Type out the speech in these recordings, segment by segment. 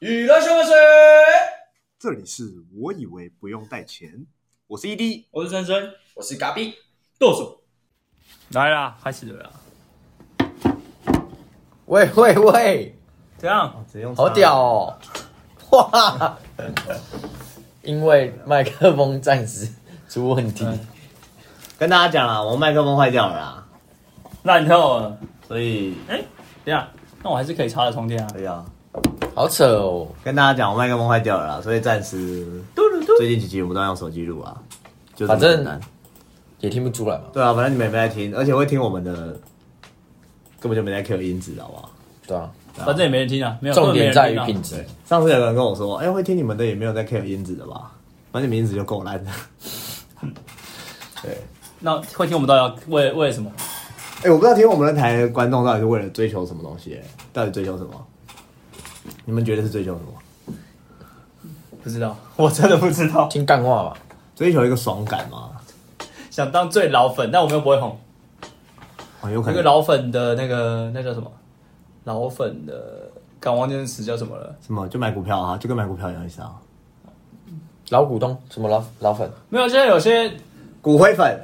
娱乐新闻水，这里是我以为不用带钱，我 E 是 ED，我是森森，我是嘎比，剁手来啦，开始了啦，喂喂喂，怎样？好屌哦！啊 哇，因为麦克风暂时出问题，哎跟大家讲啦，我麦克风坏掉了啦，烂透了！所以哎、等一下，那我还是可以插着充电啊。哎呀，好扯哦！跟大家讲，我麦克风坏掉了啦，所以暂时嘟噜嘟，最近几集我们都用手机录啊，就这反么正简单也听不出来嘛，对啊，反正你们也没在听，而且会听我们的，根本就没在 Q 音质，好不好？对啊，反正也没人听啊，没有。重点在根于本没品人听啊。质对。，上次有人跟我说，哎、会听你们的也没有在 Q 音质的吧？反正你们音质就够烂了。 对，那会听我们到底要为为什么？哎、我不知道听我们的台的观众到底是为了追求什么东西、到底追求什么？你们觉得是追求什么？不知道， 我真的不知道。听干话吧，追求一个爽感吗？想当最老粉，但我们又不会红。很哦有可那个能。老粉的那个那叫什么？老粉的，刚忘记那词叫什么了。什么就买股票啊，就跟买股票一样意思啊。老股东什么老老粉，没有，现在有些骨灰粉，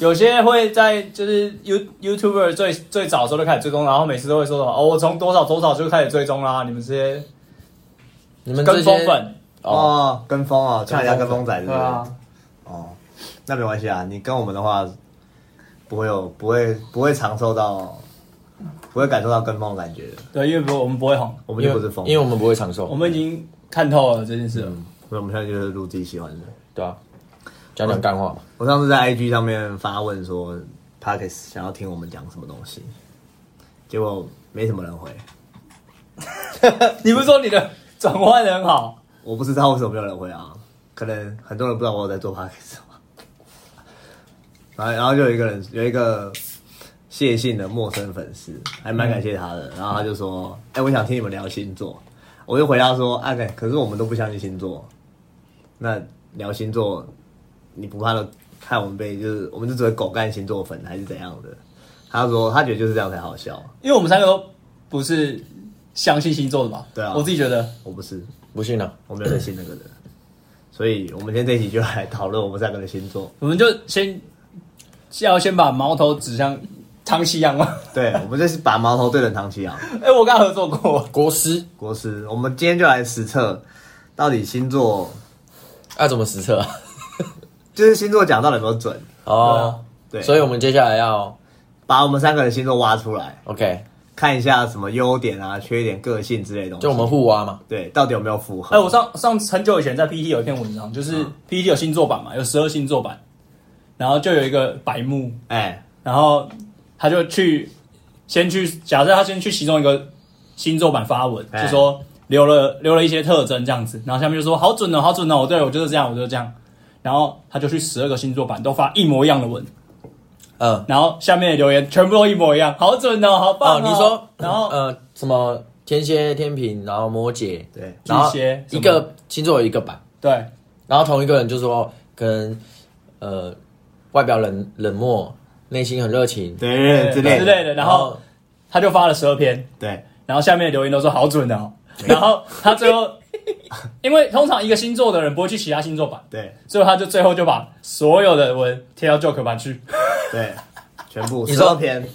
有些会在就是 You YouTuber 最最早的时候就开始追踪，然后每次都会说什么哦，我从多少多少就开始追踪啦，你们这些你们这跟风些粉，哦，哦，跟风哦，跟风呛人家跟风仔是不对是？啊，哦，那没关系啊，你跟我们的话，不会有不会不会尝受到，不会感受到跟风的感觉的，对，因为不我们不会红，我们因就为不是风，嗯因为我们不会长寿，我们已经看透了这件事了。所以我们现在就是录自己喜欢的。对啊，讲讲干话嘛，我上次在 IG 上面发问说 p a c k e s 想要听我们讲什么东西，结果没什么人回，嗯 你不是说你的转换得很好？我不知道为什么没有人回啊，可能很多人不知道我有在做 podcast 吧然后，然后就有一个人，有一个谢姓的陌生粉丝，还蛮感谢他的。然后他就说：“哎、我想听你们聊星座。”我就回答说：“啊，对可是我们都不相信星座，那聊星座，你不怕的看我们被就是我们就只会狗干星座粉还是怎样的？”他说：“他觉得就是这样才好笑。因为我们三个都不是相信星座的吧？对啊我自己觉得，”我不是，不信啊，我没有在信那个的。所以，我们今天这一集就来讨论我们三个的星座。我们就先要先把矛头指向唐奇阳嘛。对，我们就是把矛头对准唐奇阳 哎、我跟他合作过，国师国师。我们今天就来实测，到底星座要怎么实测啊？就是星座讲到底有没有准？哦，啊对，所以我们接下来要把我们三个的星座挖出来， OK，看一下什么优点啊、缺点、个性之类的东西。就我们互挖嘛，对，到底有没有符合？哎、我上上很久以前在 PT 有一篇文章，就是嗯 PT 有星座版嘛，有十二星座版，然后就有一个白目，哎、然后他就去先去，假设他先去其中一个星座版发文，哎就说留了留了一些特征这样子，然后下面就说好准哦，好准哦，我对我就是这样，我就是这样，然后他就去十二个星座版都发一模一样的文，嗯，然后下面的留言全部都一模一样，好准哦，好棒哦，哦你说，然后呃，什么天蝎、天平，然后摩羯，对，然后巨蟹一个星座有一个版，对，然后同一个人就说哦跟呃外表冷冷漠，内心很热情，对嗯之类之的，类的，然后他就发了十二篇，对，然后下面的留言都说好准哦，然后他最后， 因为通常一个星座的人不会去其他星座版，对，所以他就最后就把所有的文贴到 Joke 版去，对，全部你十说二篇，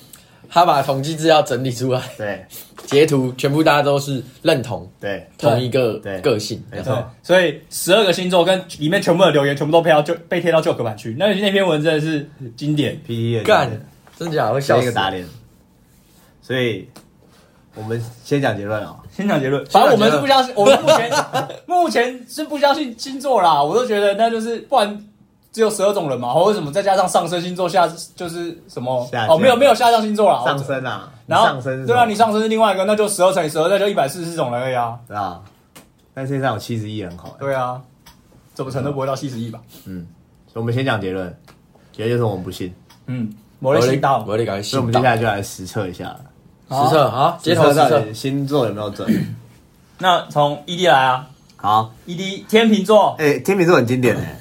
他把统计资料整理出来， 对，截图全部大家都是认同对，对同一个对个性，没对错，，所以十二个星座跟里面全部的留言全部都配到就被贴到 Joke 版去，那那篇文真的是经典， ，P D 的干，真假会笑笑一个死。打脸。所以，我们先讲结论啊、先讲结论，反正我们是不相信，我们目前 目前是不相信星座啦，我都觉得那就是不然。只有十二种人嘛，或者什么，再加上上升星座下就是什么下降哦，没有没有下降星座啦，上升啊，然后上升是什么对啊，你上升是另外一个，那就十二乘以十二，那就一百四十种人而已啊。对啊，但世界上有七十亿人口、欸，对啊，怎么乘都不会到七十亿吧？所以我们先讲结论，结论就是我们不信，嗯，我我的心到我得搞所以我心们到接下来就来实测一下，实测好，街头实到测底星座有没有准？ 那从 ED 来啊好， ，ED 天秤座，哎、天秤座很经典哎、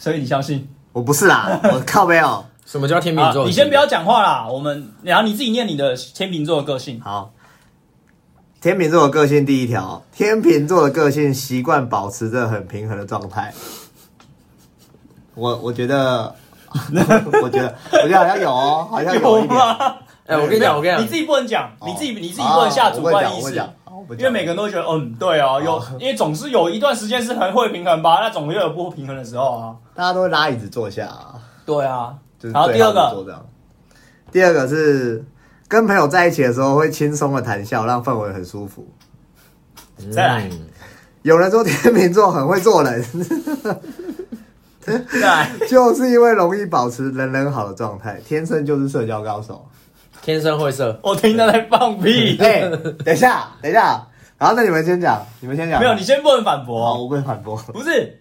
所以你相信？我不是 啦，我靠哦没有。什么叫天啊秤座？，你先不要讲话啦，我们然后你自己念你的天秤座的个性。好，天秤座的个性第一条，天秤座的个性习惯保持着很平衡的状态。我我觉得， 我觉得，我觉得好像有哦，好像有一点。吗？哎、我跟你讲，我跟你你自讲，己不能讲，哦你自己你自己不能下主观意我会识讲我会讲，因为每个人都会觉得，嗯，对哦，有，因为总是有一段时间是很会平衡吧，那总会有不平衡的时候啊。大家都会拉椅子坐下、啊。对啊就是，然后第二最好是做这个，样。第二个是跟朋友在一起的时候会轻松的谈笑，让氛围很舒服。再来嗯有人说天秤座很会做人， 再来，就是因为容易保持人人好的状态，天生就是社交高 手。天生会色， 我听他在放屁，哎、等一下，等一下，然后那你们先讲，你们先讲。没有，你先不能反好，驳，我被反驳。不是，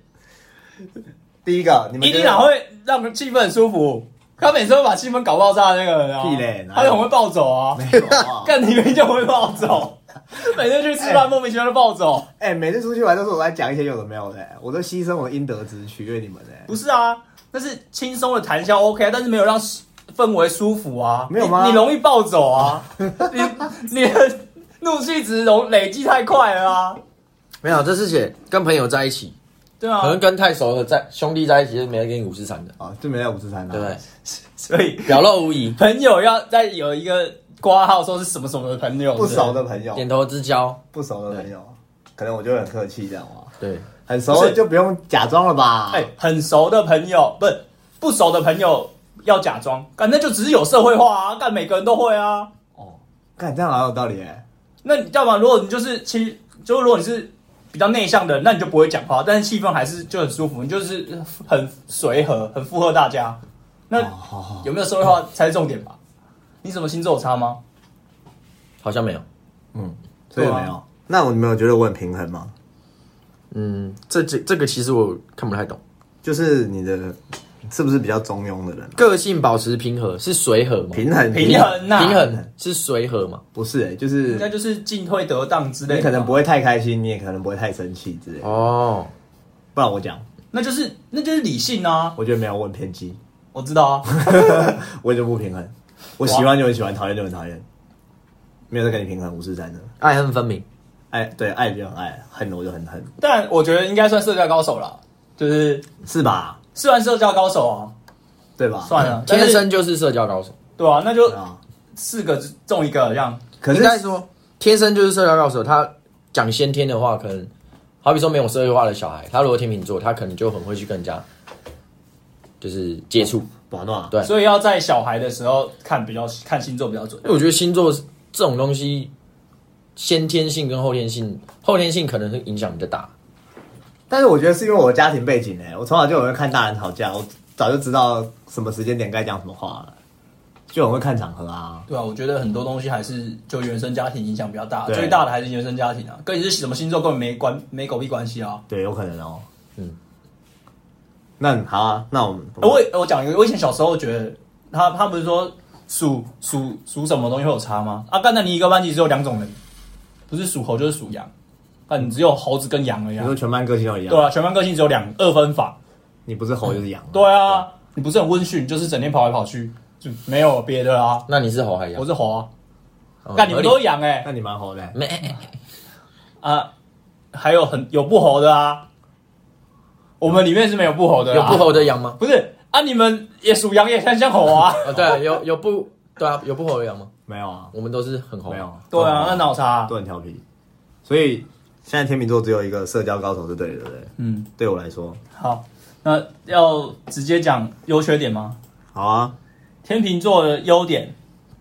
第一个，你们一觉定得哪会让气氛很舒服？他每次都把气氛搞爆炸的那个人啊，屁嘞哪有他就很会暴走啊，没有啊？ 干你们就会暴走， 每次去吃饭莫名其妙就暴走。 哎、每次出去玩都是我在讲一些有的没有的、我都牺牲我的应得之躯，因为你们呢、哎不是啊，那是轻松的谈笑 OK，但是没啊有让氛围舒服啊。没有吗你你容易暴走 啊，你你的怒气值容累积太快了啊。没有，这是写跟朋友在一起，对可能啊，跟太熟的在兄弟在一起就是没得给你五十三的，啊，就没在五十三了。对不对？所以表露无遗，朋友要在有一个挂号说是什么什么的朋友，不熟对的朋友，点头之交，不熟的朋友，可能我就会很客气这样嘛。对，很熟不了是就不用假装了吧？不对，哎、很熟的朋友不是不熟的朋友要假装，干那就只是有社会化啊，干每个人都会啊。哦，看这样好像有道理哎。那你要不然如果你就是气，就如果你是比较内向的人，那你就不会讲话，但是气氛还是就很舒服，你就是很随和，很附和大家。那哦，好好，有没有社会化才是重点吧？你什么星座有差吗？好像没有，所以对啊没有。那我你们有觉得我很平衡吗？嗯，这这这个其实我看不太懂，就是你的是不是比较中庸的人啊？个性保持平和是随和吗？平衡，平衡呐、平衡是随和嘛？不是哎，就是应该就是进退得当之类的。你可能不，会太开心，你也可能不会太生气之类的。哦，不然我讲，那就是那就是理性啊。我觉得没有我很偏激，我知道啊， 我就不平衡。我喜欢就很喜欢，讨厌就很讨厌，没有在跟你平衡，五十三的。爱恨分明，爱对爱就很爱，恨我就很恨，但我觉得应该算社交高手啦，就是是吧？算社交高手啊，对吧？算了，但啊天是生就是社交高手，对啊，那就啊，四个中一个这样。可是应该说天生就是社交高手。他讲先天的话，可能好比说没有社会化的小孩，他如果天秤座，他可能就很会去跟人家就是接触。保暖对所以要在小孩的时候看比较看星座比较准。因为我觉得星座这种东西，先天性跟后天性，后天性可能是影响比较大。但是我觉得是因为我的家庭背景哎、我从小就很会看大人吵架，我早就知道什么时间点该讲什么话了，就很会看场合啊。对啊，我觉得很多东西还是就原生家庭影响比较大，对最大的还是原生家庭啊，跟你是什么星座根本没关没狗屁关系啊。对，有可能哦。嗯，那好啊，那我们呃我也我讲一个，我以前小时候觉得他他不是说属属属什么东西会有差吗？啊，干，那你一个班级只有两种人，不是属猴就是属羊，啊，你只有猴子跟羊而已、你啊嗯说。全班个性都一样，对啊，全班个性只有两二分法。你不是猴就是羊，对啊，你不是很温驯，就是整天跑来跑去，就没有别的啊。那你是猴还是我羊？是猴啊，哦干、你们都合是羊哎、那你蛮猴的欸、理没 啊，还有很有不猴的啊。我们里面是没有不猴的、啊有不猴，的羊吗？不是啊？你们也属羊，也很像猴啊。哦，对啊，有有不对啊，有不猴的羊吗？没有啊，我们都是很猴，没有，对啊，那脑差、都很调皮，所以现在天秤座只有一个社交高手是对的，对不对？嗯，对我来说，好，那要直接讲优缺点吗？好啊，天秤座的优点，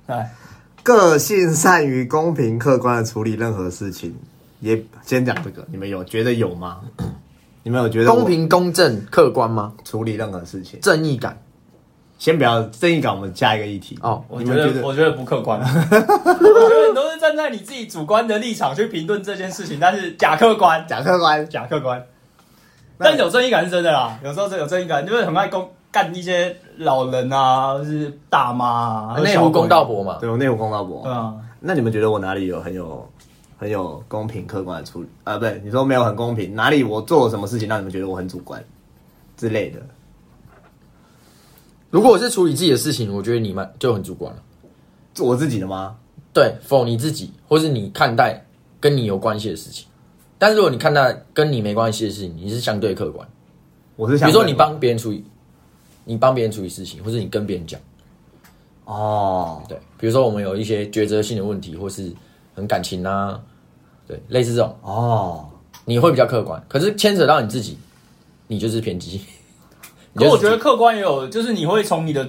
哎来，个性善于公平客观的处理任何事情，也先讲这个，你们有觉得有吗？ 你们有觉得我公平、公正、客观吗？处理任何事情？正义感先不要正义感，我们下一个议题。哦，我你觉们得觉得我觉得不客观，我觉得你都是站在你自己主观的立场去评论这件事情，但是假客观，假客观，假客观。那但有正义感是真的啦，有时候真有正义感，就是很爱公干一些老人啊，或是大妈啊，内小湖鬼公道伯嘛，对我内湖公道博。对啊，那你们觉得我哪里有很有很有公平客观的处理？啊，不对，你说没有很公平，哪里我做了什么事情让你们觉得我很主观之类的？如果我是处理自己的事情，我觉得你们就很主观了。做我自己的吗？对，否你自己，或是你看待跟你有关系的事情。但是如果你看到跟你没关系的事情，你是相对客观。我是比想如问，说你帮别人处理，你帮别人处理事情，或者你跟别人讲，哦，对，比如说我们有一些抉择性的问题，或是很感情啊，对，类似这种，哦，你会比较客观。可是牵扯到你自己，你就是偏 激。你可就是我觉得客观也有，就是你会从你的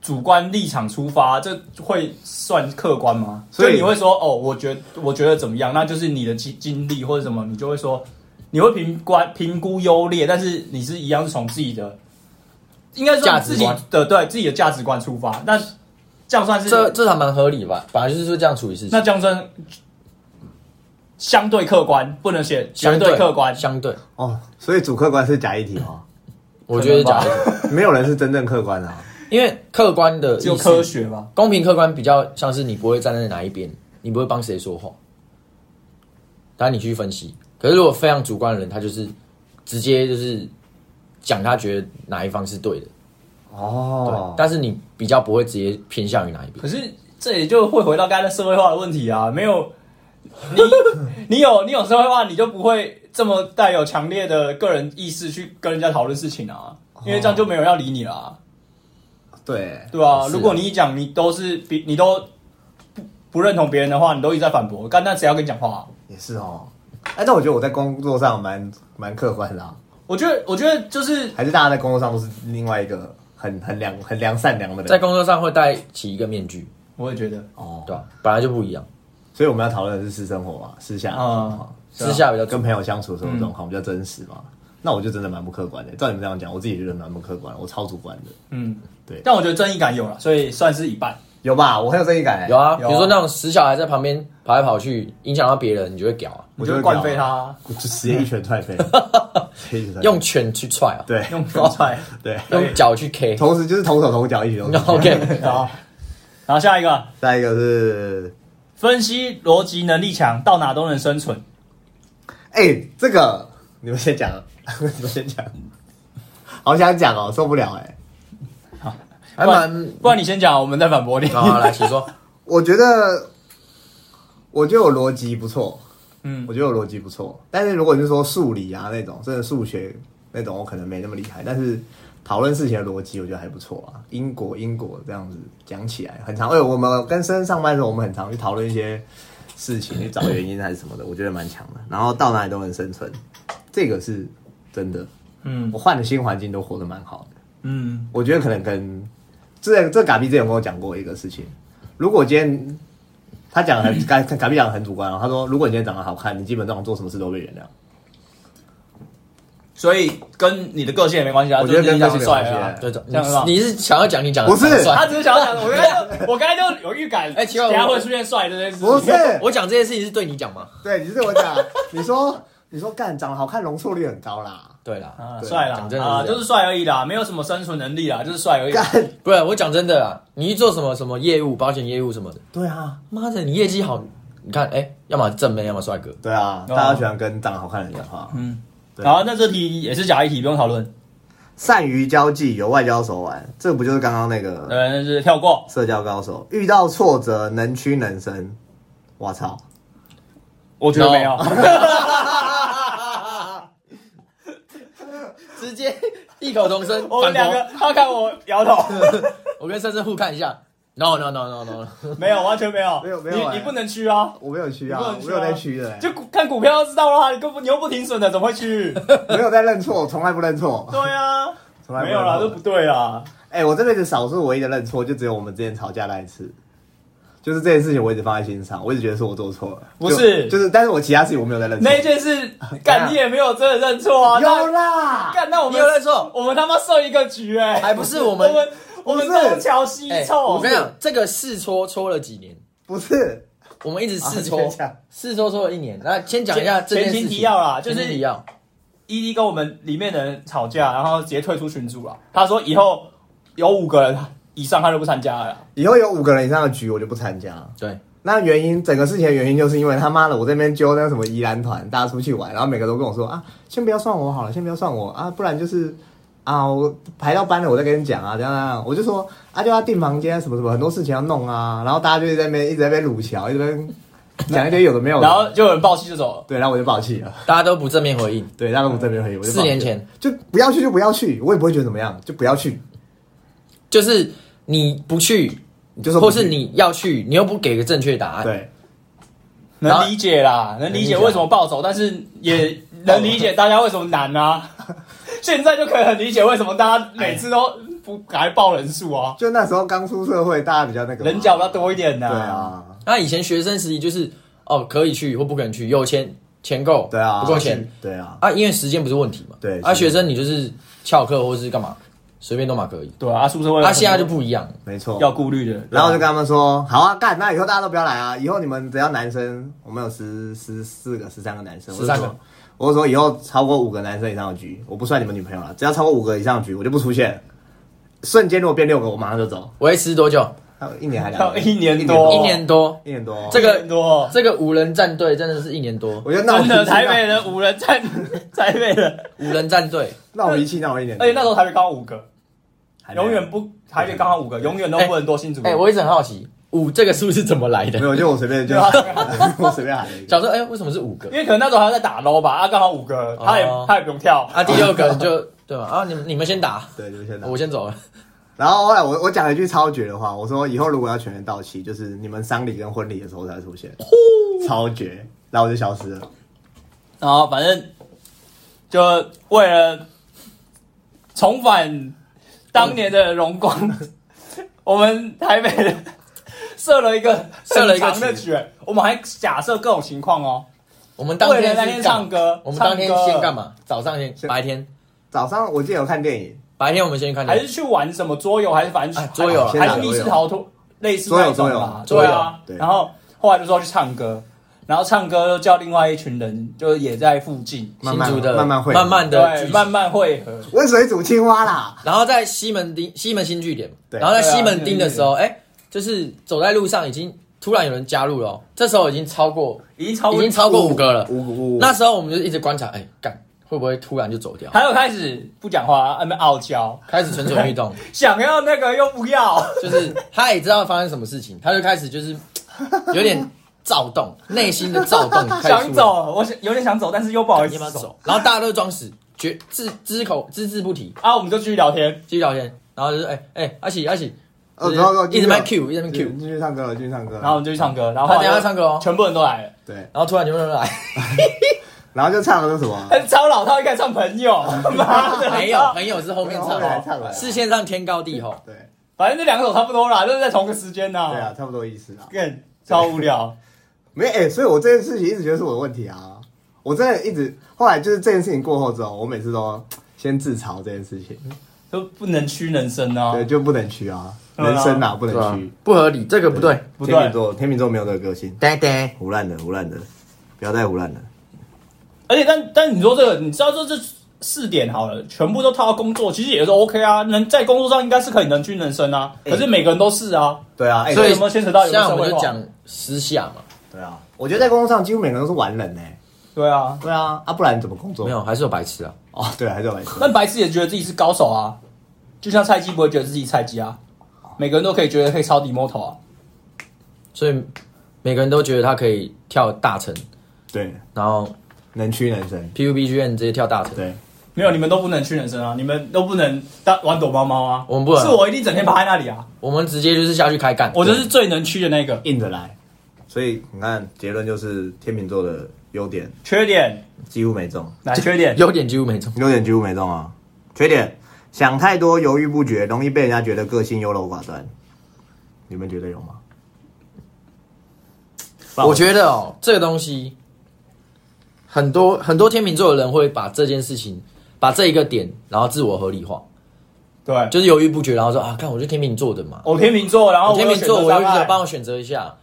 主观立场出发，这会算客观吗？所以就你会说哦，我觉我觉得怎么样？那就是你的经经历或者什么，你就会说你会评观评估优劣，但是你是一样是从自己的应该价说值自己观的对自己的价值观出发，那这样算是这这还蛮合理吧，本来就是说这样处理事情那，这样算相对客观，不能写绝相对客观。相对，哦，所以主客观是假议题哦，我觉得可能假吧的， 没有人是真正客观的、啊。因为客观的只有意思科学吧，公平客观比较像是你不会站在哪一边，你不会帮谁说话，当然你去分析。可是如果非常主观的人，他就是直接就是讲他觉得哪一方是对的，对。哦，但是你比较不会直接偏向于哪一边。可是这也就会回到刚才的社会化的问题啊，没有你，你 有你有社会化，你就不会这么带有强烈的个人意识去跟人家讨论事情啊，因为这样就没有人要理你了、啊，对，对吧、是啊如果你一讲你都是比你都不不认同别人的话，你都一直在反驳，干那谁要跟你讲话、啊？也是哦。哎，但我觉得我在工作上蛮蛮客观的、啊，我觉得，我觉得就是还是大家在工作上都是另外一个很很良很良善良的人。在工作上会戴起一个面具，我也觉得，哦，对吧、本来就不一样，所以我们要讨论的是私生活嘛，私下的状嗯况，对啊私下比较跟朋友相处的时候状嗯况比较真实嘛。那我就真的蛮不客观的。照你们这样讲，我自己觉得蛮不客观的，我超主观的，嗯，对但我觉得正义感有了，所以算是一半。有吧？我很有正义感、欸。有啊，比有啊如说那种死小孩在旁边跑来跑去，影响到别人，你就会屌啊，我我就就会会灌飞他啊，我就直接一拳踹 飞，直接一拳踹飞用拳去踹啊，对用手踹。对，用脚去 K。 同时就是同手同脚一起用。 OK， 好，然后下一个，下一个是，分析逻辑能力强，到哪都能生存。哎、这个你们先讲， 你们先讲，好想讲哦，受不了哎、还不然蛮不然你先讲，我们再反驳你。好啊好来，请说。我觉得，我觉得我逻辑不错，嗯我觉得我逻辑不错。但是如果你是说数理啊那种，真的数学那种，我可能没那么厉害。但是讨论事情的逻辑，我觉得还不错啊。因果因果这样子讲起来很常，哎、我们跟生上班的时候，我们很常去讨论一些事情，去找原因还是什么的，我觉得蛮强的。然后到哪里都能生存，这个是真的。 嗯我换了新环境都活得蛮好的。嗯，我觉得可能跟这这嘎比之前有跟我讲过一个事情，如果今天他讲得 很嘎嘎比讲得很主观哦，他说如果你今天长得好看，你基本上做什么事都被原谅。所以跟你的个性也没关系啊，我觉得就是跟你个自性没己帅关系啊。对，这样是吧你你是想要讲你讲的不是才算他只是想要讲，我刚才就我刚才就有预感，哎奇怪我等一下会出现帅这件事。不是，我讲这件事情是对你讲吗？对，你是对我讲，你说你说干长得好看容错率很高啦，对啦，啊，对帅啦讲真的是啊，这样就是帅而已啦，没有什么生存能力啦，就是帅而已。干不是我讲真的啦。你去做什么什么业务，保险业务什么的，对啊妈的，你业绩好，你看，哎，要么正妹，要么帅哥，对啊，哦大家喜欢跟长得好看的人讲话，嗯，对好，那这题也是假议题，不用讨论，善于交际，有外交手腕，这不就是刚刚那个呃，就是跳过。社交高手？遇到挫折能屈能伸，我操！我觉得没有，直接 异口同声我们两个，他看我摇头，我跟深深互看一下。No no no no no， 没有，完全没有，没有没有你哎你不能去啊。我没有屈你不啊，能我屈啊没有在屈的、欸，就股看股票就知道啦，你根本你又不停损的，怎么会去？ 没有在认错，我从来不认错，对啊，从来不认没有啦，错这不对啦。哎、我这辈子少数唯一的认错，就只有我们之前吵架那一次。就是这件事情，我一直放在心上，我一直觉得是我做错了。不是就就是，但是我其他事情我没有在认错。那一件事，怎干样你也没有真的认错啊。有那啦，干那我你们有认错？我们他妈设一个局哎，还不是我我们们我们不是东瞧西哎，凑。我跟你讲，这个试搓搓了几年，不是我们一直试啊搓你先讲，试搓搓了一年。那先讲一下前这件事情前情提要啦就是前情提要， ED E 跟我们里面的人吵架，然后直接退出群组了。他说以后有五个人以上他就不参加了啦。以后有五个人以上的局，我就不参加。对，那原因，整个事情的原因就是因为他妈的，我这边揪那个什么宜兰团，大家出去玩，然后每个都跟我说啊，先不要算我好了，先不要算我啊，不然就是啊，我排到班了，我再跟你讲啊，这样这样，我就说啊，就要订房间什么什么，很多事情要弄啊，然后大家就一直在那边一直在那边鲁桥，一直在那边讲一堆有的没有的，然后就有人爆气就走了。对，然后我就爆气了。大家都不正面回应，对，大家都不正面回应，我就四年爆气了前就不要去就不要去，我也不会觉得怎么样，就不要去，就是你不去，你 就说不或去是你要去，你又不给个正确答案，对然后能理解啦，能理解为什么暴走，但是也能理解大家为什么难啊。 现在就可以很理解为什么大家每次都不来报人数啊，就那时候刚出社会，大家比较那个嘛人脚要多一点呐。啊对，啊，那以前学生时期就是哦，可以去或不可能去，有钱钱够，对啊，不够钱对啊，啊，因为时间不是问题嘛。对啊，是学生你就是翘课或是干嘛，随便都嘛可以。对啊，宿舍会啊，现在就不一样了，没错，要顾虑的。然后我就跟他们说，好啊，干，那以后大家都不要来啊，以后你们只要男生，我们有十十四个、十三个男生，我就13说个，我就说以后超过五个男生以上的局，我不算你们女朋友了，只要超过五个以上的局，我就不出现。瞬间如果变六个，我马上就走。维持多久？哦还有一年还两还年，有一年多多，一年多。一年多，这个很多，这个五人战队真的是一年多，我觉得闹真脾的气，台北人五人站 台北人，五人 战队，闹闹脾气闹了一年多，而且那时候台北刚好五个，还没永远不台北刚好五个，永远都不能多新竹。哎、我一直很好奇五这个数是怎么来没的，有，就我随便 就 对啊我随便喊 了一个，想说哎、为什么是五个因为可能那时候还在打 LO 吧，啊，刚好五个，他也哦他也不用跳，啊？第六个 就对吧？啊，你们你们先打，对，就啊先打我。先走了。然后后来我我讲了一句超绝的话，我说以后如果要全员到齐，就是你们丧礼跟婚礼的时候才出现，超绝。然后我就嗯消失了。然后反正就为了重返当年的荣 光，我们台北人设了一个设了一个很长的卷，我们还假设各种情况哦。我们当为了天那是天干嘛唱歌我们当天唱歌先干嘛？早上先先白天，早上我记得有看电影，白天我们先去看电还影是去玩什么桌游，还是反正、哎桌游啊还是先打密桌室游逃脱类似那种吧，桌游桌游桌对啊。游对然后后来就说去唱歌，然后唱歌又叫另外一群人，就也在附近，慢慢新竹的慢慢会慢慢的对，慢慢汇合。温水煮青蛙啦。然后在西门町西门新据点，对然后在西门町的时候，哎、就是走在路上已经突然有人加入了哦、这时候已经超过已经超已过经超过五个了。五五五那时候我们就一直观察，哎、干会不会突然就走掉？还有开始不讲话，那边傲娇，开始蠢蠢 欲动，想要那个又不要，就是他也知道发生什么事情，他就开始就是有点躁 动，内心的躁动开始出来想，走，我想有点想走，但是又不好赶意紧把思他。走，然后大家都装死，绝自知口只字不提，啊，我们就继续聊天，继续聊天，然后就是哎哎阿喜阿喜，哦，然后一直卖 Q 一直卖 Q，继续唱歌了，继续唱歌了。然后我们就去唱歌，然后他后等一来下要唱歌哦，全部人都来了，对，然后突然有人来，然后就唱了是什 么？很超老套，应该唱朋友，妈 的，没有朋友是后面后唱来的，唱了。是线上天高地厚，对反正这两首差不多啦，都是在同个时间呐。对啊，，差不多意思啊。更超无聊。没哎、所以我这件事情一直觉得是我的问题啊。我真的一直后来就是这件事情过后之后，我每次都先自嘲这件事情，都不能屈能伸啊对，！就不能去啊，对啊人生啊不对能吧去。不合理，这个不对，不对天秤座，天秤座没有这个个性，呆呆，胡乱的，胡乱的，不要再胡乱了。而且但但你说这个，你知道这这四点好了，全部都套到工作，其实也是 OK 啊，能在工作上应该是可以能屈能伸啊。哎可是每个人都是啊，对啊，哎所以为什么牵扯到有没有像社我会们就化？讲私下嘛，对啊，我觉得在工作上几乎每个人都是完人呢、对啊，对啊，啊，不然怎么工作？没有还是有白痴啊，哦，对，还是有白痴。但白痴也觉得自己是高手啊，就像菜鸡不会觉得自己菜鸡啊，每个人都可以觉得可以超底 m o t o 啊。所以每个人都觉得他可以跳大城，对，然后能屈能伸。 PUBG 直接跳大城，对，没有，你们都不能屈能伸啊，你们都不能当玩躲猫猫啊。我们不能是我一定整天趴在那里啊，我们直接就是下去开干。我就是最能屈的那个。硬着来。所以你看，结论就是天秤座的优点缺点，几乎没中，来缺点，优点几乎没中，优点几乎没中啊。缺点，想太多，犹豫不决，容易被人家觉得个性优柔寡断。你们觉得有吗？我觉得哦，这个东西很多很多天秤座的人会把这件事情，把这一个点，然后自我合理化，对，就是犹豫不决，然后说啊，看我就天秤座的嘛，哦我天秤座，然后我天秤座，有我选择障又觉碍得帮我选择一下，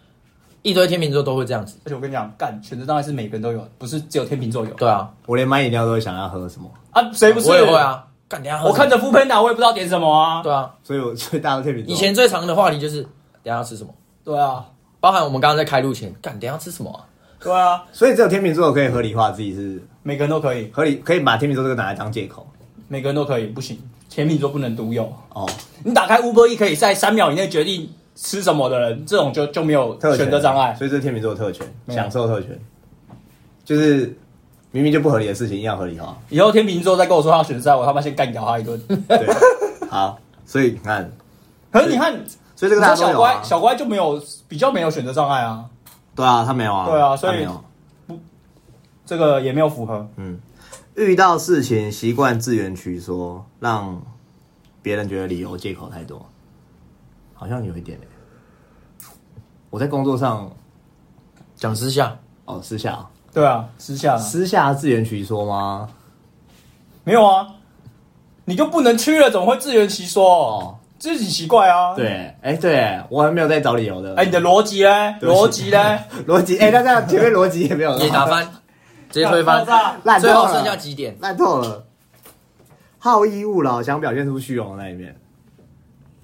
一堆天秤座都会这样子，而且我跟你讲，干选择障碍是每个人都有，不是只有天秤座有对啊，我连买饮料都会想要喝什么，啊？谁不是？我也会。啊，干等一下喝什我么看着副 panda，我也不知道点什么啊。对啊，所以我所以大家都天秤座。以前最常的话题就是等一下要吃什么，对啊，包含我们刚刚在开录前，干等一下吃什么啊？对啊，所以只有天秤座可以合理化自己是每个人都可以，合理，可以把天秤座这个拿来当借口。每个人都可以，不行，天秤座不能独有。哦，你打开 Uber E 可以在三秒以内决定吃什么的人，这种就就没有特权选择障碍。嗯所以这是天秤座的特权，没有享受特权，就是明明就不合理的事情硬要合理化。以后天秤座再跟我说他要选择障碍，我他妈先干掉他 一顿。 对，好，所以你看，可是你看，所以这个大你家都说小有啊乖，小乖就没有比较没有选择障碍啊，对啊，他没有啊，对啊所以他没有这个也没有符合。嗯遇到事情习惯自圆其说，让别人觉得理由借口太多，好像有一点、欸、我在工作上讲私下，哦，私下啊对啊，私下啊私下自圆其说吗？没有啊，你就不能去了，怎么会自圆其说？哦哦，自己奇怪啊。对，，哎、对我还没有在找理由的。哎，你的逻辑嘞，对不逻起 辑嘞，逻辑，哎、那这样前面逻辑也没有也打翻，直接 推翻爆，炸烂透最了，后剩下几点？烂透了，好逸恶劳，想表现出虚荣的那一面，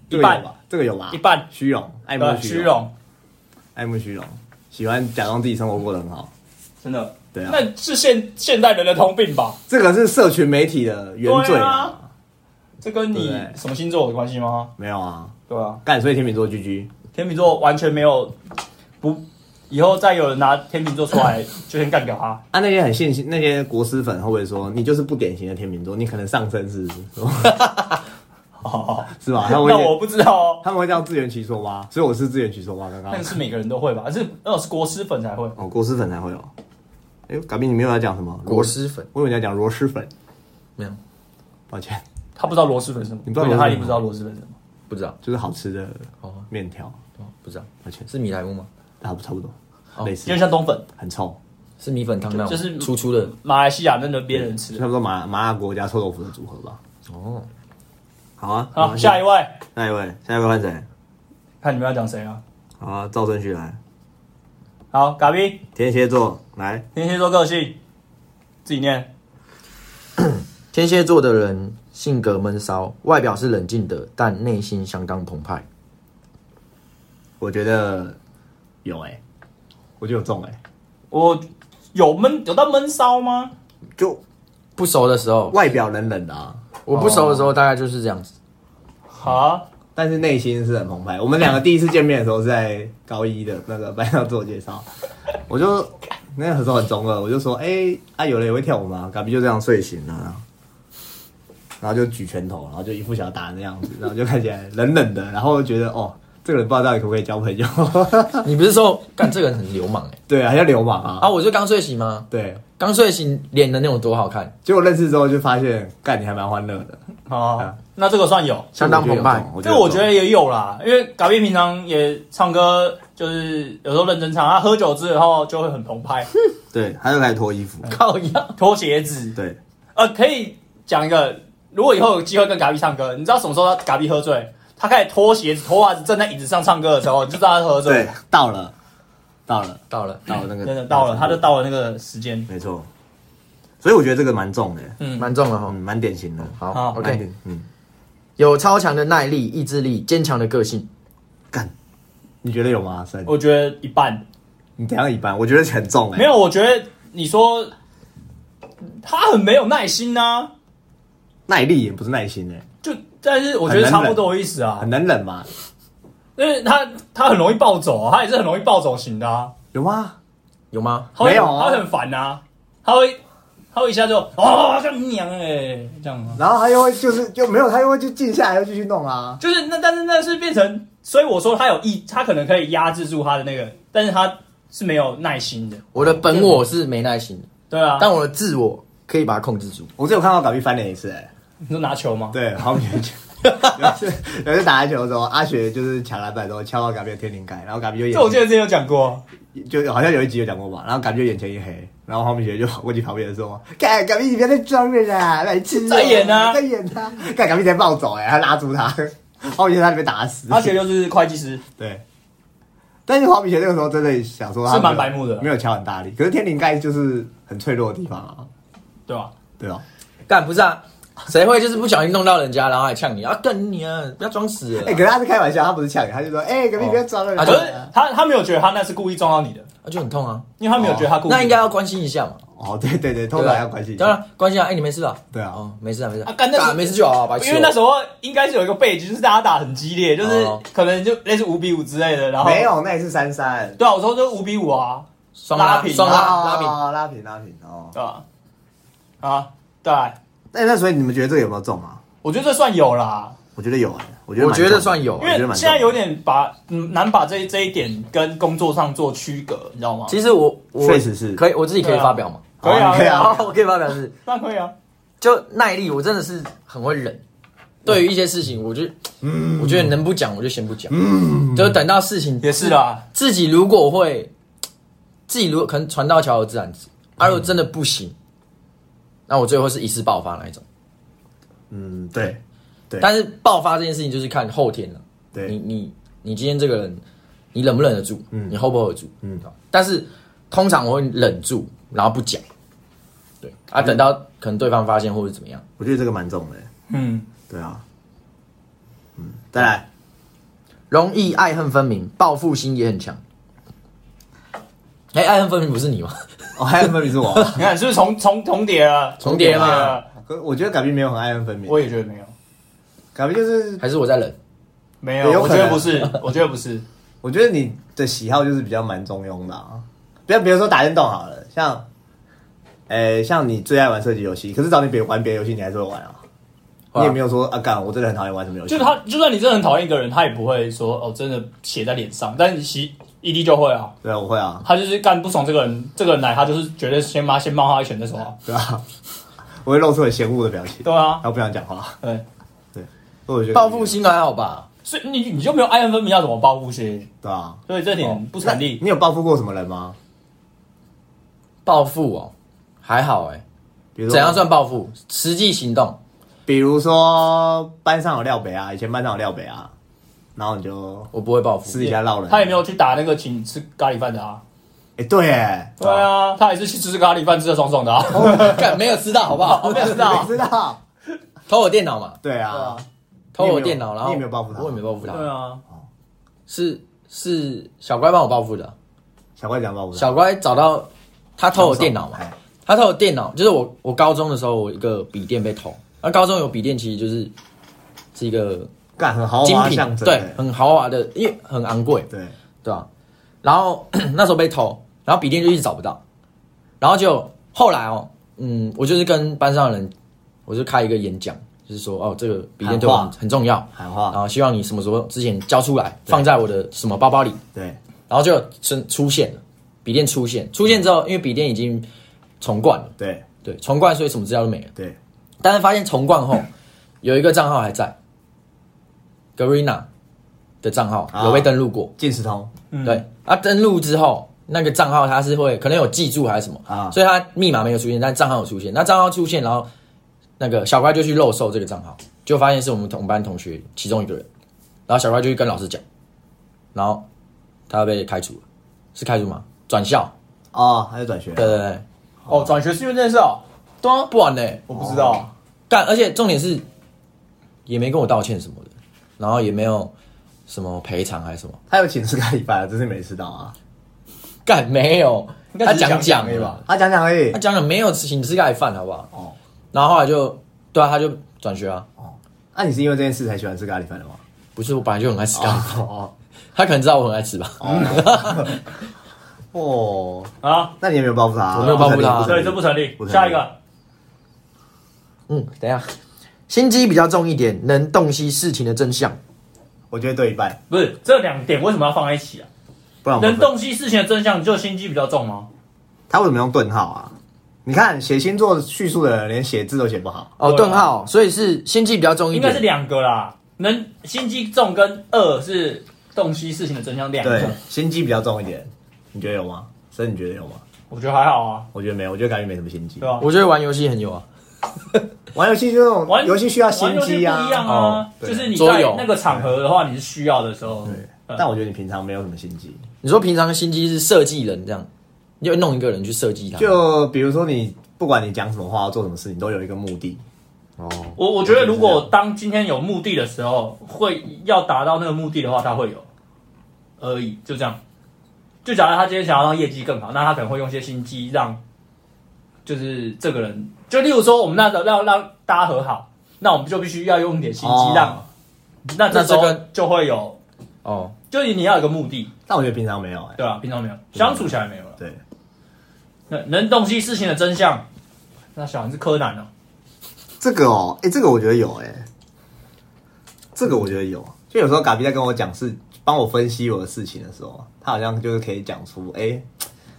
一半这个有吧，这个有吧？一半虚荣，爱慕对虚虚荣，荣，爱慕虚荣，喜欢假装自己生活过得很好。真的。对啊，那是现现代人的通病吧？这个是社群媒体的原罪对啊这跟你对什么星座有关系吗？没有啊，对啊，干，所以天秤座居居，天秤座完全没有不，以后再有人拿天秤座出来，就先干掉他。啊，那些很信心，那些国师粉会不会说你就是不典型的天秤座，你可能上升是不 是哦，是吧？他们会那我不知道哦，他们会这样自圆其说吗？所以我是自圆其说吗？刚刚那个是每个人都会吧？是那种是国师粉才会。哦，国师粉才会有。哎呦，嘎比，你没有要讲什么国，师粉我以为你要讲螺蛳粉，没有，抱歉，他不知道螺蛳粉是什么，你不知道螺蛳粉他一定不知道螺蛳粉是什么。不知道，就是好吃的哦面条，哦不知道，抱歉，是米莱姆吗？差不差不多，哦类因似为，像冬粉，很臭，是米粉汤那种，就是粗粗的马来西亚那那边人吃差的。不多麻麻辣锅加臭豆腐的组合吧。哦。好啊，好，下一位，下一位，下一位换谁？看你们要讲谁啊？好啊，照顺序来。好，嘎宾，天蝎座来，天蝎座个性，自己念。天蝎座的人性格闷骚，外表是冷静的，但内心相当澎湃。我觉得有哎、我觉得有中哎、我有闷，有到闷骚吗？就不熟的时候，外表冷冷的、啊，我不熟的时候大概就是这样子。好，但是内心是很澎湃。我们两个第一次见面的时候是在高一的那个班上自我介绍，我就那个时候很中二，我就说，哎、啊有人也会跳舞吗？嘎比就这样睡醒了，然后然后就举拳头，然后就一副想要打人的样子，然后就看起来冷冷的，然后觉得哦，这个人不知道到底可不可以交朋友， 你不是说干这个人很流氓哎、对啊，像流氓啊，啊，我就刚睡醒吗？对。刚睡醒脸能有多好看？结果认识之后就发现，干你还蛮欢乐的，好，那这个算有。相当澎湃。这个我觉得也有啦，因为嘎宾平常也唱歌，就是有时候认真唱，他喝酒之后就会很澎湃，嗯对，他就开始脱衣服，靠呀！脱鞋子。对，呃，可以讲一个，如果以后有机会跟嘎比唱歌，你知道什么时候他嘎比喝醉？他开始脱鞋子、脱袜子，站在椅子上唱歌的时候，你就知道他喝醉对。，到了，到了，到了，到了那个，真的到了，他就，到了那个时间。没错。所以我觉得这个蛮重的，嗯，蛮重了哈嗯，。蛮典型的。好好 o 蛮 k 典，嗯，有超强的耐力、意志力、坚强的个性。你觉得有吗？三，我觉得一半你怎样一般？我觉得很重哎，没，有。我觉得你说他很没有耐心呐、耐力也不是耐心哎，就但是我觉得很能差忍不多的意思啊很，能忍嘛？因为他他很容易暴走、啊，他也是很容易暴走型的啊。有吗？有吗？他会没有啊他会很烦啊，他会他会一下就哦，干娘哎、欸，这样啊。然后他又会就是就没有，他又会就静下来，又继续弄啊。就是那，但是那是变成，所以我说他有意，他可能可以压制住他的那个，但是他是没有耐心的，我的本我是没耐心的，对啊。但我的自我可以把它控制住。我只有看到港币翻脸一次哎，你说拿球吗？对，好远球。 有一次，有一次打篮球的时候，阿雪就是抢篮板的时候敲到嘎比的天灵盖，然后嘎比就眼这我记得之前有讲过，啊就好像有一集有讲过吧，然后感觉眼前一黑，然后黄明学就跑过去旁边说：“干，感觉你别再装了啦，来吃、在演啊在演啊！”干，感觉才暴走哎、欸，他拉住 他，黄明学他被打死。阿学就是会计师， 对，但是黄明学那个时候真的想说他是蛮没有白目的没有敲很大力，可是天灵盖就是很脆弱的地方啊，对吧？对吧？干不是啊，谁会就是不小心弄到人家，然后还呛你啊？干你啊！不要装死了啊哎、可是他是开玩笑，他不是呛你，他就说：“哎、隔壁不要撞了。啊可就是他他没有觉得他那是故意撞到你的，啊就很痛啊。因为他没有觉得他故意。那应该要关心一下嘛，哦，对对对，对通吧常要关心一下。当然关心啊。哎，你没事吧？对啊哦，没事啊，没事啊干那时候没事就好啊，白痴哦。因为那时候应该是有一个背景，就是大家打很激烈，就是哦可能就类似五比五之类的，然后没有，那也是三三。对啊，我说就五比五啊，双拉拉平双拉拉平，哦拉平拉平哦。对吧、啊？啊，对啊，那那所以你们觉得这个有没有中啊？我觉得这算有啦，我觉得有、哎我觉得我蛮觉中得的算有我因觉为得蛮现在中的有点把嗯难把这这一点跟工作上做区隔，你知道吗？其实我我确实是可以，我自己可以发表嘛。可以啊，哦可以啊好， 我可以发表是，那可以啊，就耐力，我真的是很会忍。对于一些事情，我就，我觉得能不讲我就先不讲，就等到事情也是啦。自己如果会，自己如果可能船到桥头自然直，啊而、如果真的不行，那我最后是一次爆发那一种。嗯，对对但是爆发这件事情就是看后天了、对你你你今天这个人，你忍不忍得住？嗯，你 hold 不 hold 得住？嗯，但是通常我会忍住，然后不讲。对啊，等到可能对方发现或者怎么样，我觉得这个蛮重的、哎嗯，对啊。嗯，再来，容易爱恨分明，报复心也很强。哎、爱恨分明不是你吗？ 哦，爱恨分明是 我，你看是不是重重重叠了？重叠嘛了可我觉得改变没有很爱恨分明啊我，也觉得没有，改变就是还是我在忍？没有，有我可觉能得不是，我觉得不 是。我觉得你的喜好就是比较蛮中庸的、啊，不要比如说打电动好了，像，呃、像你最爱玩射击游戏，可是找你别玩别的游戏，你还是会玩啊。会啊你也没有说啊，干，我真的很讨厌玩什么游戏。就是他，就算你真的很讨厌一个人，他也不会说哦，真的写在脸上，但是其一定就会啊。对啊，我会啊，他就是干不爽这个人，这个人来，他就是绝对先骂先骂他一拳再说啊。对啊，我会露出很嫌恶的表情，对啊然，后不想讲话。对，所以我觉得报复，心还好吧？所以你你就没有爱恨分明，要怎么报复心？对啊，所以这点不成立。那你有报复过什么人吗？报复哦，还好哎、比如说怎样？算报复？实际行动，比如说班上有廖北啊，以前班上有廖北啊，然后你就我不会报复私。底下闹人。他也没有去打那个请吃咖喱饭的啊。哎，对，哎，对啊，他也是去吃咖喱饭，吃的爽爽的啊。 干没有吃到好不好？ 没有吃到你知道？偷我电脑嘛，对啊，哦偷我电脑，然后你也没有报复他我也没报复他。对啊，是是小乖帮我报复的。小怪讲报复他，小乖找到他偷我电脑嘛哎，他偷我电脑，就是我我高中的时候，我一个笔电被偷。那高中有笔电，其实就是是一个干很豪精华品象，征，对哎，很豪华的，因为很昂贵，对，对吧、然后 那时候被偷，然后笔电就一直找不到，然后就后来哦，嗯，我就是跟班上的人，我就开一个演讲，就是说哦，这个笔电对我很喊话很重要，喊然话，后希望你什么时候之前交出来，放在我的什么包包里，对，然后就出出现了，笔电出现，出现之后，因为笔电已经重灌了，对，对，重灌，所以什么资料都没了。对，但是发现重灌后，有一个账号还在，Garena 的账号啊有被登录过，进食通，嗯对，啊，登录之后，那个账号它是会可能有记住还是什么啊所以它密码没有出现，但账号有出现。那账号出现，然后那个小乖就去漏搜这个账号，就发现是我们同班同学其中一个人，然后小乖就去跟老师讲，然后他被开除了，是开除吗？转校？哦，还有转学，对对对，哦，转学是因为这件事哦，对啊，不然呢？我不知道。干，而且重点是也没跟我道歉什么的，然后也没有什么赔偿还是什么，他有请吃咖喱饭，只是没吃到啊。干没有，应他该只是讲讲而已了吧他讲讲而已他，讲了没有请吃盖饭，好不好？哦，然后后来就对啊，他就转学啊，那你是因为这件事才喜欢吃咖喱饭的 吗？不是我本来就很爱吃盖饭，哦他可能知道我很爱吃吧。哦，啊，那你有没有报复他？我没有报复他啊不成所立以这啊不成立不。成立下一个，嗯，等一下，心机比较重一点，能洞悉事情的真相。我觉得对一半，不是这两点为什么要放在一起啊？不然我们能分洞悉事情的真相，就心机比较重吗？他为什么用顿号啊？你看写星座叙述的人，连写字都写不好。哦，对啊顿号，所以是心机比较重一应该是点。两个啦，能心机重跟二是洞悉事情的真相两对 个，，心机比较重一点，你觉得有吗？所以你觉得有吗？我觉得还好啊，我觉得没有，我觉得感觉没什么心机对。吧？我觉得玩游戏很有啊，玩游戏就那玩种游戏需要心机玩游戏不一样啊，啊哦，对就是你桌在游那个场合的话，你是需要的时候，对。嗯但我觉得你平常没有什么心机，你说平常心机是设计人这样，你就弄一个人去设计他，就比如说你不管你讲什么话、做什么事，你都有一个目的，哦，我我觉得如果当今天有目的的时候，会要达到那个目的的话，他会有而已，就这样。就假如他今天想要让业绩更好，那他可能会用一些心机让，就是这个人，就例如说我们那时候要让大家和好，那我们就必须要用点心机哦让，那这时候那这个就会有，哦，就是你要有个目的，但我觉得平常没有哎、对吧、平常没有，相处起来没有了。对，那能洞悉事情的真相，那小孩是柯南哦、这个哦，哎、这个我觉得有哎、这个我觉得有。就有时候嘎比在跟我讲事，帮我分析我的事情的时候，他好像就是可以讲出，哎、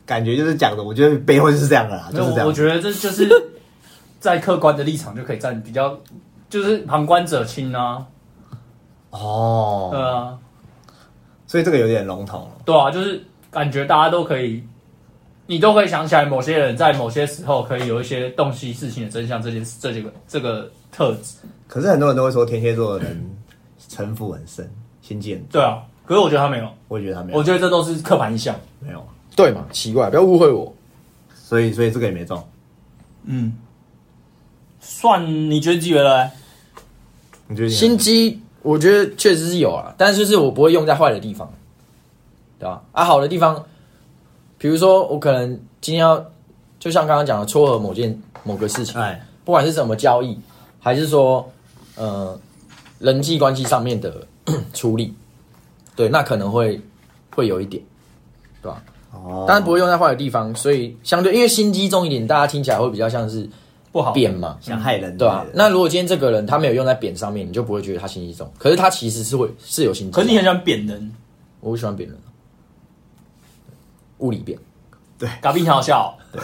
感觉就是讲的，我觉得背后就是这样的啦，没啊就是有，这我样我。觉得这就是 在客观的立场就可以站比较，就是旁观者清啊，哦，对啊，所以这个有点笼统了。对啊，就是感觉大家都可以，你都可以想起来某些人在某些时候可以有一些洞悉事情的真相这件这几个这个特质，可是很多人都会说天蝎座的人城府很深，心机很重，对啊，可是我觉得他没有，我也觉得他没我有觉得这都是刻板印象，没有，对嘛，奇怪，不要误会我。所以所以这个也没中。嗯，算你觉得几元了、你觉得你心机，我觉得确实是有啊，但是就是我不会用在坏的地方，对吧？啊，好的地方，比如说我可能今天要，就像刚刚讲的，撮合某件某个事情，哎不管是什么交易，还是说呃人际关系上面的 处理，对，那可能会会有一点，对吧？哦，当然不会用在坏的地方，所以相对因为心机重一点，大家听起来会比较像是不好，变嘛，想害人之类的对啊，那如果今天这个人他没有用在扁上面，你就不会觉得他心机重。可是他其实是会是有心机。可是你很喜欢扁人，我不喜欢扁人，物理扁。嘎比你好笑、哦。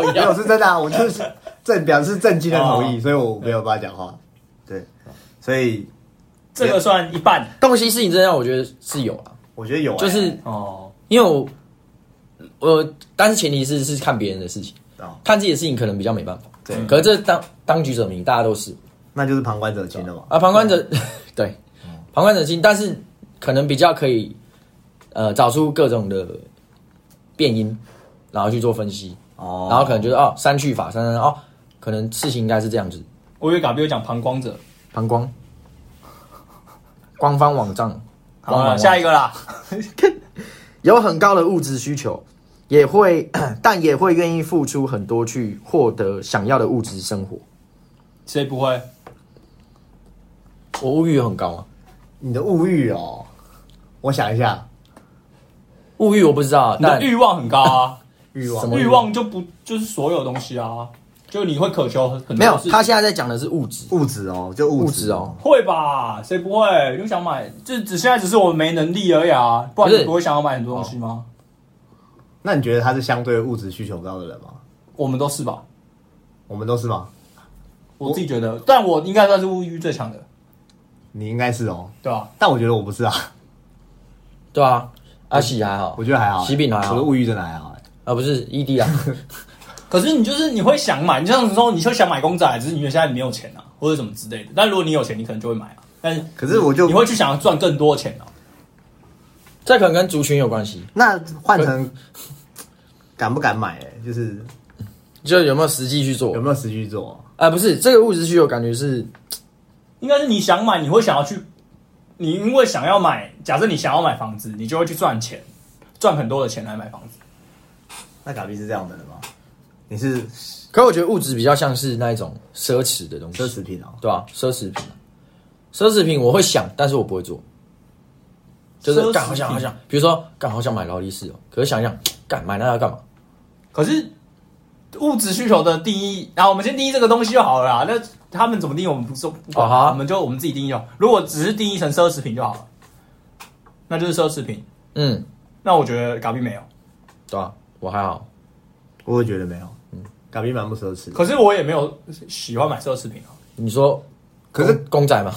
哦，没有是真的、啊，我就是正表示震惊的同意，哦所以我没有办法讲话。对，所以这个算一半洞悉事情真相，我觉得是有啊，我觉得有、欸，就是哦，因为我我，但是前提是是看别人的事情，哦，看自己的事情可能比较没办法。对可是这当当局者迷，大家都是那就是旁观者清的嘛。啊，旁观者 对，旁观者清，但是可能比较可以呃找出各种的变因，然后去做分析。哦，然后可能就是哦，删去法，删删删哦，可能事情应该是这样子。我以为嘎比有讲旁观者。膀胱，官方网站，好官了，方啊下一一个啦。有很高的物质需求，也会 但也会愿意付出很多去获得想要的物质生活。谁不会？我物欲很高啊，你的物欲哦，我想一下，物欲我不知道啊，你的但欲望很高 啊，欲望什么欲望就不就是所有东西啊，就你会渴求很多没有事情他现在在讲的是物质，物质哦，就物物质哦，会吧？谁不会？就想买，就只现在只是我们没能力而已啊，不不然是哦你不会想要买很多东西吗？那你觉得他是相对物质需求高的人吗？我们都是吧，我们都是吗？我自己觉得，但我应该算是物欲最强的，你应该是哦，对吧？但我觉得我不是啊，对啊，阿喜还好我觉得还好、欸，喜饼还好我的物欲真的还好、欸。啊，不是 ED 啊， 可是你就是你会想买，你像说你就想买公仔，只是你觉得现在你没有钱啊，或者什么之类的。但如果你有钱，你可能就会买啊。但是可是我就你会去想要赚更多的钱啊。这可能跟族群有关系，那换成敢不敢买、欸？就是就有没有实际去做有？没有实际做？啊，不是这个物质需求，感觉是应该是你想买，你会想要去，你因为想要买，假设你想要买房子，你就会去赚钱，赚很多的钱来买房子。那嘎比是这样的人吗？你是可我觉得物质比较像是那一种奢侈的东西，奢侈品哦，对吧、奢侈品，啊奢侈品我会想，但是我不会做，就是奢侈干好想品好想，比如说干好想买劳力士哦，可是想一想干买那要干嘛？可是物质需求的定义，然、后我们先定义这个东西就好了啦。那他们怎么定义，我们不说，不管哦好啊我们就我们自己定义就好。如果只是定义成奢侈品就好了，那就是奢侈品。嗯，那我觉得嘎比没有，对吧、我还好，我也觉得没有，嗯，嘎比蛮不奢侈的。可是我也没有喜欢买奢侈品啊。你说可是公公仔嘛，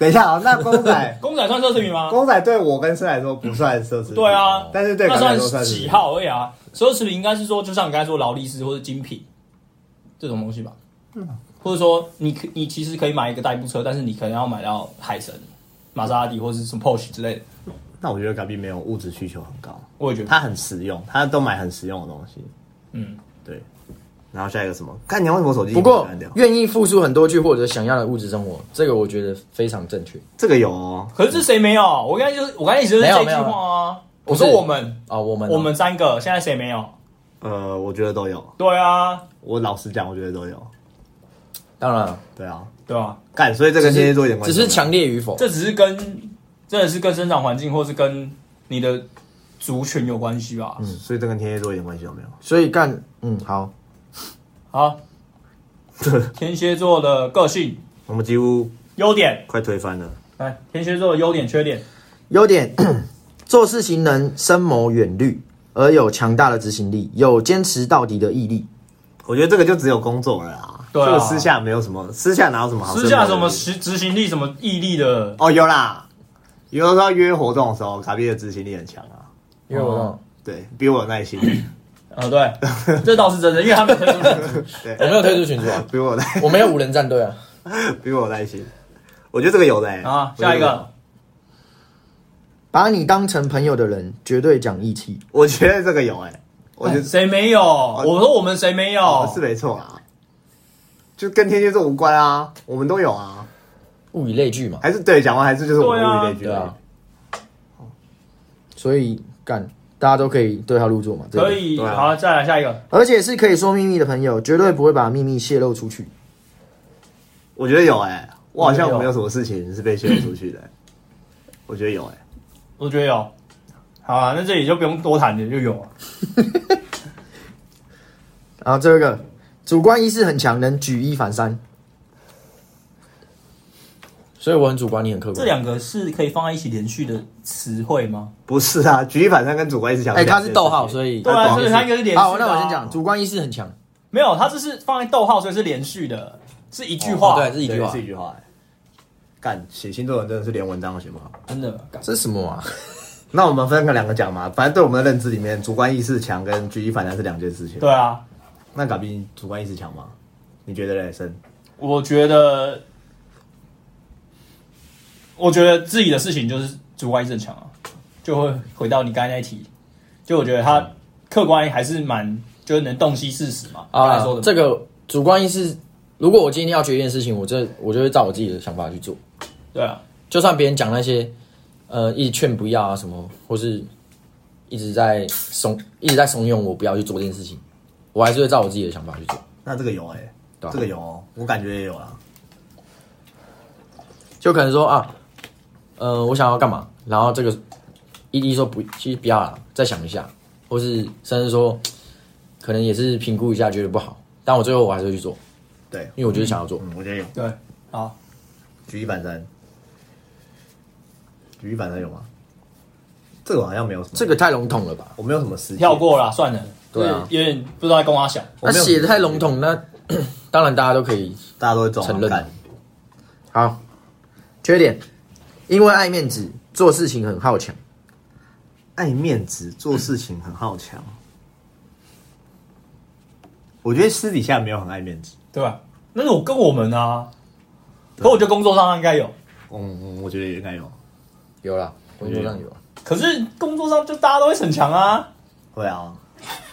等一下啊，那公 仔公仔算奢侈品吗？公仔对我跟生来说不算奢侈品，对啊，但是对那嘎比来说算算是喜。好而已啊。奢侈品应该是说，就像你刚才说劳力士或者精品这种东西吧。或者说你可你其实可以买一个代步车，但是你可能要买到海神、玛莎拉蒂或者是什么 Porsche 之类的。那我觉得嘎比没有物质需求很高，我也觉得，他很实用，他都买很实用的东西。嗯，对，然后下一个什么？看你要为什么手机不过按掉，愿意付出很多去获得想要的物质生活，这个我觉得非常正确。这个有哦，可是这谁没有？啊我刚才就是我刚才一直就是没有这没有句话啊。不我是说我们啊、我们我们三个现在谁没有？呃，我觉得都有。对啊，我老实讲，我觉得都有。当然了对啊，对啊，干，所以这跟天蝎座一点关只系是都没有强烈与否。这只是跟真的是跟生长环境，或是跟你的族群有关系嗯吧。所以这跟天蝎座一点关系都没有。所以干，嗯，好， 好，天蝎座的个性我们几乎优点，快推翻了。来，天蝎座的优点缺点，优点： 做事情能深谋远虑，而有强大的执行力，有坚持到底的毅力。我觉得这个就只有工作了啦，对啊这个私下没有什么，私下哪有什么好私下深什谋么远虑执执行力、什么毅力的，哦，有啦，有的时候约活动的时候，卡比的执行力很强啊，因为我哦对比我有耐心， 啊，对， 这倒是真的，因为他们有推出 群组我没有退出群组啊，比我有耐， 我没有五人战队啊。比我有耐心。我觉得这个有的、欸、 啊，下一个，把你当成朋友的人绝对讲义气。我觉得这个有哎、我觉得哦谁没有？我说我们谁没有哦？是没错啊，就跟天蝎座无关啊，我们都有啊，物以类聚嘛，还是对讲完还是就是我们对啊物以类聚对而已啊，所以干，大家都可以对号入座嘛。这个可，以，对啊好，再来下一个。而且是可以说秘密的朋友，绝对不会把秘密泄露出去。我觉得有哎、我好像我觉得有没有什么事情是被泄露出去的欸、我觉得有哎、我觉得有。好啊，那这里就不用多谈了，就有啊了。然后这个主观意识很强，能举一反三。所以我很主观，你很客这观。两个是可以放在一起连续的词汇吗？不是啊， 举一反三跟主观意识啊强。哎、他是逗号，所以对不啊，好意所思以它应该是连续的、好，那我先讲，，主观意识很强。没有，它这是放在逗号，所以是连续的，是一句话。哦对，这是一一句话是。一句话、欸。干写星座人真的是连文章都写不好。真的。干这是什么啊？那我们分个两个讲嘛，反正对我们的认知里面，主观意识强跟举一反三是两件事情。对，啊，那嘎宾主观意识强吗？你觉得嘞？生我觉得，我觉得自己的事情就是主观意识很强啊，就会回到你刚才那一题，就我觉得他客观还是蛮就是能洞悉事实嘛。刚才啊说的，这个主观意识，如果我今天要决定一件事情，我这我就会照我自己的想法去做，对啊，就算别人讲那些呃一直劝不要啊什么，或是一直在怂一直在怂恿我不要去做这件事情，我还是会照我自己的想法去做。那这个有哎、对啊这个有哦，我感觉也有啊。就可能说啊，呃，我想要干嘛，然后这个一一说不，其实不要啦，再想一下，或是甚至说，可能也是评估一下，觉得不好，但我最后我还是会去做，对因为我就是想要做。嗯，我觉得有对，啊好，举一反三，举一反三有吗？这个我好像没有什么，这个太笼统了吧？我没有什么实际跳，过了，算了。对啊就是有点不知道在跟我想。我那没有啊写的太笼统，那 当然大家都可以。大家都会中啊承认干好，缺点，因为爱面子，做事情很好强。爱面子，做事情很好强。我觉得私底下没有很爱面子。对吧？那是我跟我们啊，可我觉得工作上应该有，嗯，嗯，我觉得也应该有。有啦，工作上有啊，可是工作上就大家都会逞强啊，会啊，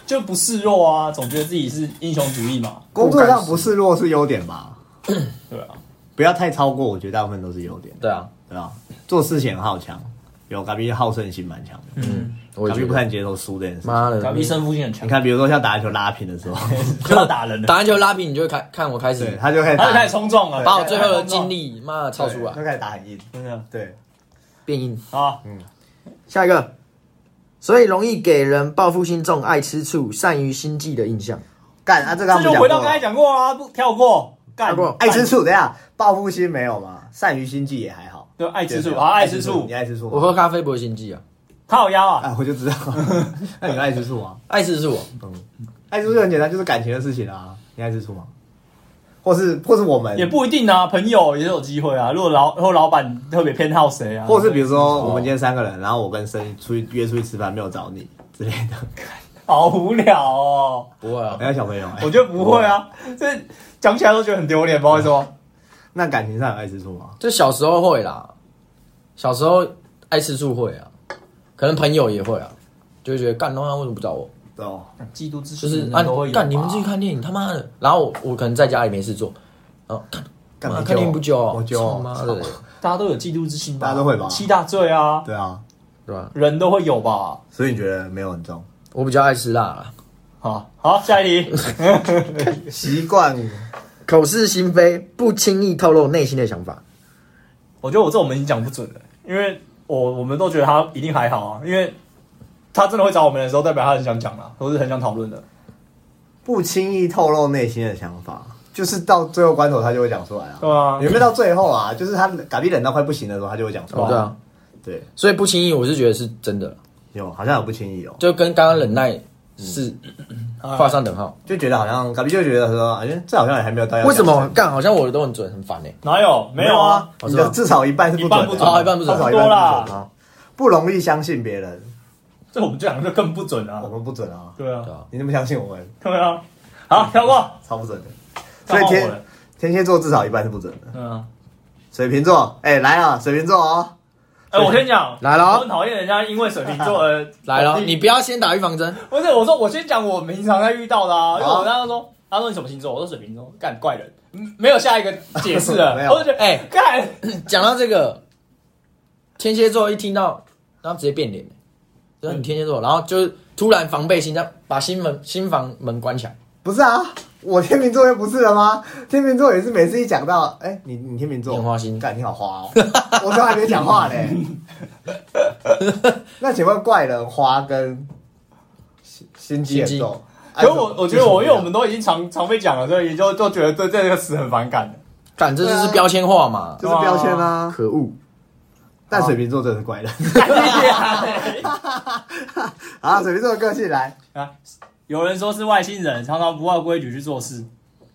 就不示弱啊，总觉得自己是英雄主义嘛，工作上不示弱是优点吧？对啊，不要太超过，我觉得大部分都是优点，对啊，对吧？做事情很好强，有嘎比好胜心蛮强的，嗯，啊我也嘎比觉不得。太接受输这件事。妈搞逼的，胜负心很强你，看，比如说像打篮球拉平的时候，就要打人了，打篮球拉平，你就会开看我开 对，始他就开始 他打就开始冲撞了，把我最后的经历历妈的对超出来就。开始打很硬。真的对，变硬。啊，下一个，所以容易给人报复心重、爱吃醋、善于心计的印象。干啊，这个他们这就讲过回到刚才了。讲过啊，不跳过，干跳过爱吃醋，等一下报复心没有吗？善于心计也还好。对爱吃醋对啊，爱吃醋你，爱吃醋吗？我喝咖啡不会心悸啊，靠腰啊，啊，我就知道。 那你爱吃醋吗？爱吃是啊我，爱吃醋很简单，就是感情的事情啊。你爱吃醋吗？或是或是我们也，不一定啊，朋友也有机会啊，如果老或老板特别偏好谁啊，或是比如说我们今天三个人，然后我跟生出去约出去吃饭，没有找你之类 的。好无聊哦，不会啊没，有小朋友欸，我觉得不 会啊，这讲起来都觉得很丢脸，不好意思哦。那感情上有爱吃醋吗？就小时候会啦，小时候爱吃醋会啊，可能朋友也会啊，就会觉得干东他为什么不找我？对哦，嫉妒之就心是人啊人都会，有吧干你们自己看电影，他妈的！然后我我可能在家里没事做，然后看，干妈嘛看电影不啊久，我久操妈的，大家都有嫉妒之心吧？大家都会吧七大罪啊，对啊，对吧？人都会有吧？所以你觉得没有很重？我比较爱吃辣啦，好，好，下一题。习惯口是心非，不轻易透露内心的想法。我觉得我这我们已经讲不准了，因为我我们都觉得他一定还好啊，因为他真的会找我们的时候，代表他很想讲啦，都是很想讨论的。不轻易透露内心的想法，就是到最后关头他就会讲出来啊。对啊有没有到最后啊？就是他嘎逼忍到快不行的时候，他就会讲出来。对啊，对，所以不轻易，我是觉得是真的，有好像有不轻易哦，就跟刚刚忍耐是嗯画上等号。就觉得好像嘎逼就觉得说，哎，这好像也还没啊有到要讲为什么干？好像我都很准，很烦哎。哪有？没没有啊啊？，哦你是吗的至少一半是不准一半不的，准哦一半不准至少一多半啦不准啊。不容易相信别人，这我们这两个就更不准啊我。们不准啊！对啊对，啊，你那么相信我们，对啊。好，跳过。超不准的。跳所以过我天了。天蝎座至少一半是不准的。嗯啊。水瓶座，哎，来啊，水瓶座哦，哎，我先讲。来了我哦很讨厌人家因为水瓶座而来了，你不要先打预防针，不是，我说我先讲我平常在遇到的啊，因为好我刚刚说，他说你什么星座，我说水瓶座，干怪人，嗯没有下一个解释了，没有我就觉得哎干，讲到这个，天蝎座一听到，然后直接变脸，就是你天蝎座，然后就是突然防备心，这样把心门心房门关起来。不是啊，我天秤座又不是了吗？天秤座也是每次一讲到，哎、你你天秤座，你很花心干你好花哦， 我都还没讲话嘞。 那请问怪人花跟心心机心也机重？哎可是我我觉得我因为我们都已经常常被讲了，所以就就觉得对这个词很反感了。反正啊就是标签化嘛。就是标签啊，可恶，但水瓶座真的是怪人 啊！水瓶座的个性来，啊， 有人说是外星人，常常不按规矩去做事，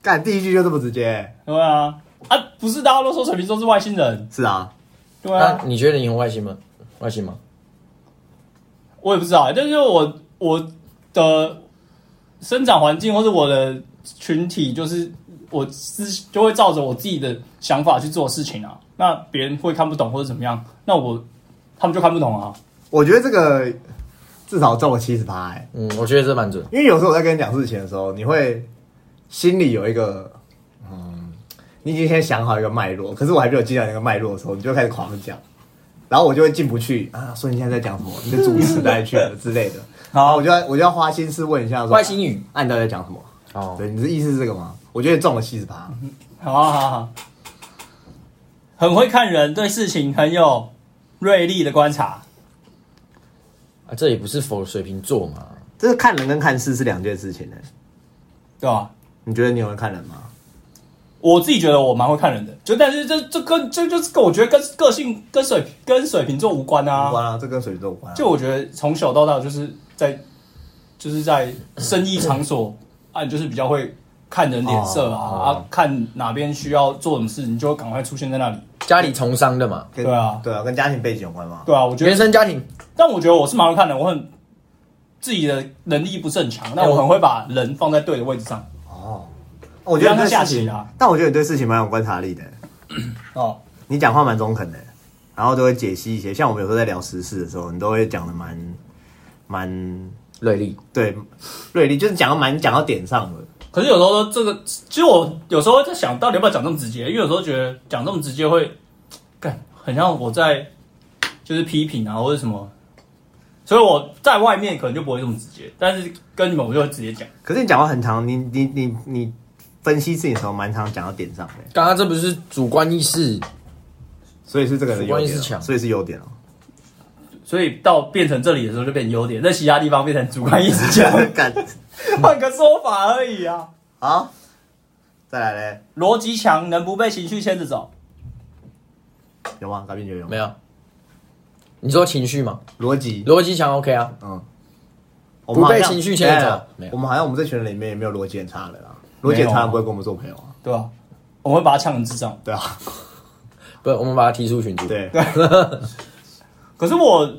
干第一句就这么直接，对啊，啊，不是大家都说水瓶座是外星人，是啊，对啊那，你觉得你很外星吗？外星吗？我也不知道，欸但是我我的生长环境或者我的群体，就是我思就会照着我自己的想法去做事情啊。那别人会看不懂或者怎么样，那我他们就看不懂啊。我觉得这个至少中了七十趴，哎、嗯，我觉得这蛮准。因为有时候我在跟你讲事情的时候，你会心里有一个，嗯，你已经先想好一个脉络，可是我还没有进到那个脉络的时候，你就开始狂讲，然后我就会进不去啊，所以你现在在讲什么？你的主持哪里去了之类的。然后我就要我就要花心思问一下说，外星语啊，你到底在讲什么？哦，对，你的意思是这个吗？我觉得中了七十八，好啊好啊好啊，很会看人，对事情很有锐利的观察。啊，这也不是否水瓶座嘛？这是看人跟看事是两件事情呢、对吧、你觉得你有会看人吗？我自己觉得我蛮会看人的，就但是这这跟这就是跟我觉得跟个性跟水跟水瓶座无关啊，无关啊，这跟水瓶座无关、啊。就我觉得从小到大就是在就是在生意场所啊，你就是比较会看人脸哦色啊，啊，看哪边需要做什么事，你就会赶快出现在那里。家里从商的嘛，跟对啊对啊，跟家庭背景有关吗？对啊，我觉原得，生家庭。但我觉得我是蛮会看的，我很自己的能力不是很哎强，但我很会把人放在对的位置上。哦，我觉得你对事不让他下棋情啊，但我觉得你对事情蛮有观察力的、欸哦，你讲话蛮中肯的，然后都会解析一些。像我们有时候在聊时事的时候，你都会讲的蛮蛮瑞丽，对锐利，就是讲的蛮讲到点上的。可是有时候这个，其实我有时候在想到底要不要讲这么直接，因为有时候觉得讲这么直接会，干很像我在就是批评啊或者什么，所以我在外面可能就不会这么直接，但是跟你们我就会直接讲。可是你讲话很长，你你你你分析事情的时候蛮常讲到点上的，刚刚这不是主观意识，所以是这个人的优主观意点识哦、强所以是优点哦、所以到变成这里的时候就变成优点，在其他地方变成主观意识强， 干换个说法而已啊。好，再来嘞，逻辑强能不被情绪牵着走，有吗？改变觉得有没吗？有？你说情绪吗？逻辑，逻辑强 OK 啊，嗯，我们不被好像情绪牵着走对啊没有我们好像我们这群人里面也没有逻辑很差的啦，逻辑很差的不会跟我们做朋友啊。对吧、我会把它呛成智障。对啊，不，我们把它踢出群组。，对，可是我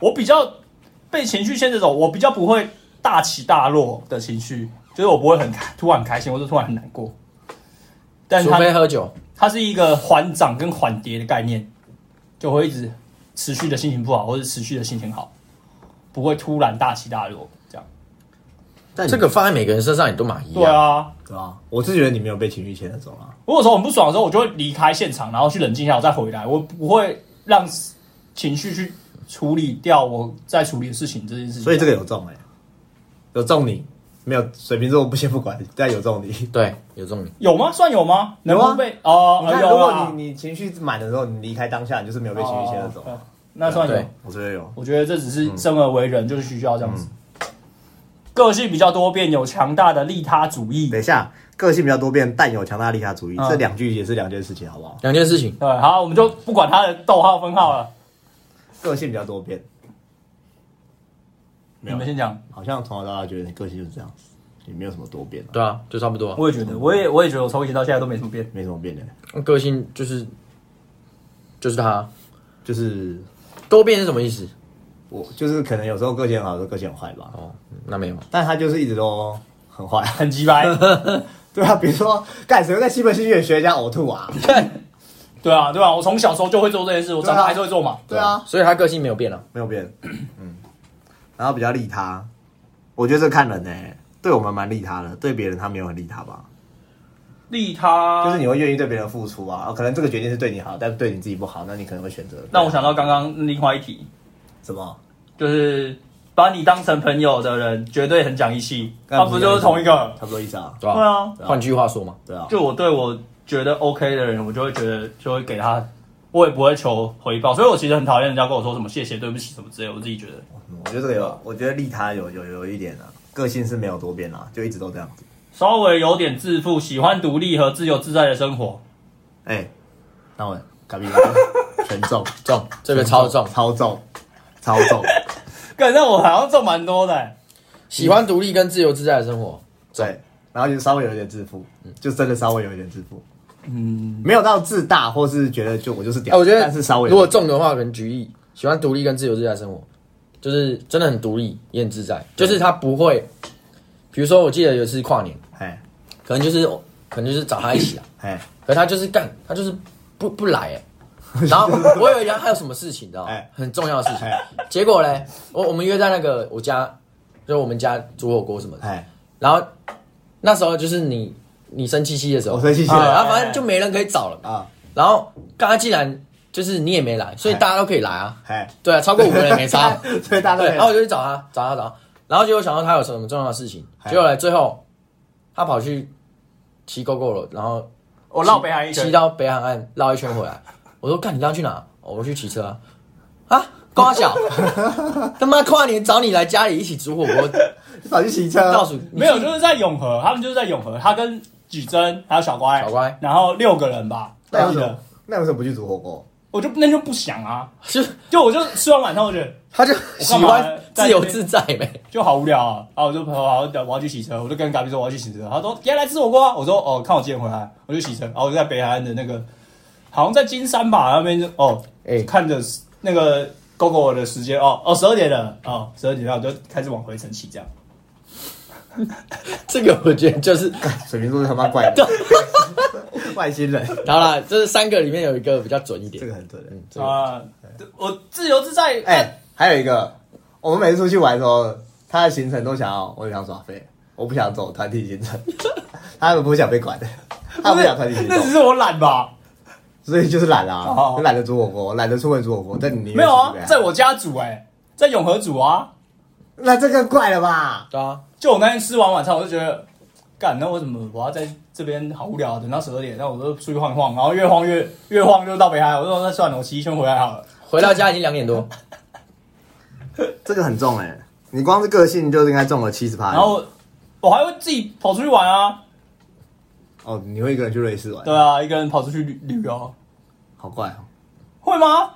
我比较被情绪牵着走，我比较不会大起大落的情绪，就是我不会很开突然很开心，或者突然很难过。但除它非喝酒，它是一个缓涨跟缓跌的概念，就会一直持续的心情不好，或者持续的心情好，不会突然大起大落这样。但 这个放在每个人身上也都蛮一样。对，啊，对吧？我是觉得你没有被情绪牵着走啊。我有时候很不爽的时候，我就会离开现场，然后去冷静一下，我再回来。我不会让情绪去处理掉我在处理的事情这件事情。所以这个有中哎、有中你没有水瓶座我不先不管，但有中 你。对，有重点。有吗？算有吗？能有啊够被哦你，看，有如果啦你你情绪满的时候，你离开当下，你就是没有被情绪牵着走。哦那算有对。我觉得有，我觉得这只嗯是生而为人就是需要这样子，个性比较多变，有强大的利他主义。等一下，个性比较多变，但有强大利他主义，嗯这两句也是两件事情，好不好？两件事情，对，好，我们就不管他的逗号分号了。个性比较多变，没你有们先讲，好像从小到大觉得你个性就是这样子，也没有什么多变、啊，对啊，就差不多啊、我也觉得，我也我也觉得，我从以前到现在都没什么变。没什么变的，个性就是就是他就是多变是什么意思？我就是可能有时候个性很好，有时候个性很坏吧，哦，那没有，但他就是一直都很坏、啊。很鸡掰， 对啊，比如说，干谁会在西门新学学人家呕吐啊？对啊，对啊，我从小时候就会做这件事，我长大还是会做嘛。对啊，所以他个性没有变啊。没有变，嗯，然后比较利他，我觉得这看人呢、对我们蛮利他的，对别人他没有很利他吧，利他，就是你会愿意对别人付出啊，哦可能这个决定是对你好，但是对你自己不好，那你可能会选择让我想到刚刚另外一题，什么？就是把你当成朋友的人绝对很讲义气，他不就是同一个？差不多意思啊？对吧、对啊换句话说嘛，对啊，就我对我觉得 OK 的人，我就会觉得就会给他，我也不会求回报，所以我其实很讨厌人家跟我说什么谢谢、对不起什么之类的，我自己觉得嗯我觉得这个有，我觉得利他有有有一点啊，个性是没有多变啊，就一直都这样子。稍微有点自负，喜欢独立和自由自在的生活。哎、那我咖 比全中，重这个超重，超重，超重，感觉我好像中蛮多的、欸喜欢独立跟自由自在的生活，对，然后就稍微有一点自负，嗯就真的稍微有一点自负。嗯，没有到自大，或是觉得就我就是哎、屌，我觉得但是稍微如果重的话，可能举例，喜欢独立跟自由自在的生活，就是真的很独立也很自在，就是他不会，比如说我记得有一次跨年，哎可能就是可能就是找他一起 啊，哎可他就是干，他就是不不来 哎、然后我以为他还有什么事情，你知道吗哎？很重要的事情哎。结果嘞，我我们约在那个我家，就是我们家煮火锅什么的。哎，然后那时候就是你你生气气的时候，我哦生气气对了啊然后反正就没人可以找了嘛。啊然后刚刚既然就是你也没来，所以大家都可以来啊。哎，对啊，超过五个人没差。 所以哎大家都对，可以 然后我就去找他，找他，找他，然后结果想到他有什么重要的事情，哎结果嘞最后他跑去骑狗狗了，然后我绕北海一骑圈，到北海岸绕一圈回来。我说：“看你刚刚去哪？”哦我去骑车啊。啊，瓜小，他妈跨年找你来家里一起煮火锅，跑去骑车，倒数没有，就是在永和，他们就是在永和，他跟举珍还有小乖，小乖然后六个人吧，那我为记什得么，那为什么不去煮火锅？我就那就不想啊，就就我就吃完晚餐，我觉得他就喜欢在这自边由自在呗。 就好无聊啊，然后我就跑跑，我要去洗车，我就跟嘎比说我要去洗车，他说今天来吃火锅啊，我说哦，看我几点回来，我就洗车，然后我就在北海岸的那个，好像在金山吧那边就哦，哎看着那个 GoGo 的时间哦哦十二点了哦十二点了，我就开始往回程骑这样，这个我觉得就是， 水瓶座他妈怪的， 外星人，好啦，这是三个里面有一个比较准一点这。个很对的。嗯，这个啊、我自由自在，哎、还有一个，我们每次出去玩的时候，他的行程都想要，我也想耍废，我不想走团体行 程，他们不想被管的，他不们是不想团体行那只程，是我懒吧？所以就是懒啊，哦懒得煮火锅，懒得出门煮火锅，但你没有啊，在我家，家煮哎、在永和煮啊，那这个怪了吧？对啊，就我那天吃完晚餐，我就觉得。干，那为什么我要在这边好无聊啊？等到十二点，那我就出去晃一晃，然后越晃越越晃就到北海岸。我就说那算了，我骑一圈回来好了。回到家已经两点多，这个很重哎、你光是个性就应该中了七十趴。然后我还会自己跑出去玩啊，哦，你会一个人去瑞士玩？对，啊，一个人跑出去旅旅游，好怪哦。会吗？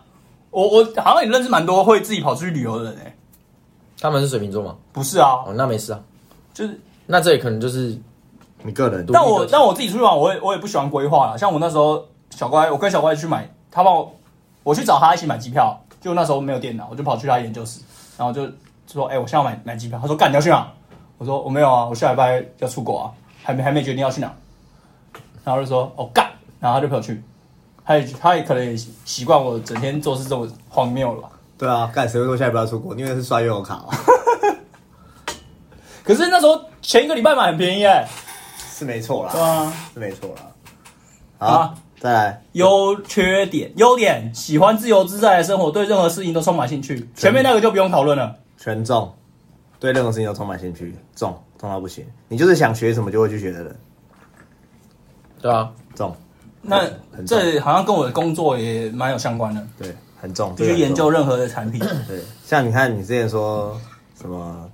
我我好像也认识蛮多会自己跑出去旅游的人诶、欸他们是水瓶座嘛？不是啊，哦，那没事啊。就是那这里可能就是你个人，但我但我自己出去玩，我也我也不喜欢规划啦。像我那时候小乖，我跟小乖去买，他帮我我去找他一起买机票，就那时候没有电脑，我就跑去他研究室，然后就说：“哎、我现在要买买机票。”他说：“干，你要去哪？”我说：“我没有啊，我下礼拜要出国啊，还没还没决定要去哪。”然后就说：“哦，干。”然后他就陪我去，他也他也可能也习习惯我整天做事这种荒谬了吧。啊 对啊，干谁会说现在不要出国？因为是刷悠游卡、哦。可是那时候前一个礼拜买很便宜哎、是没错啦，对啊，是没错啦。啊好，再来，优缺点，优点喜欢自由自在的生活，对任何事情都充满兴趣。前面那个就不用讨论了。全中，对任何事情都充满兴趣，中中到不行。你就是想学什么就会去学的人，对啊，中那很重这好像跟我的工作也蛮有相关的，对，很重。就这个是很研重究任何的产品。对，像你看你之前说什么，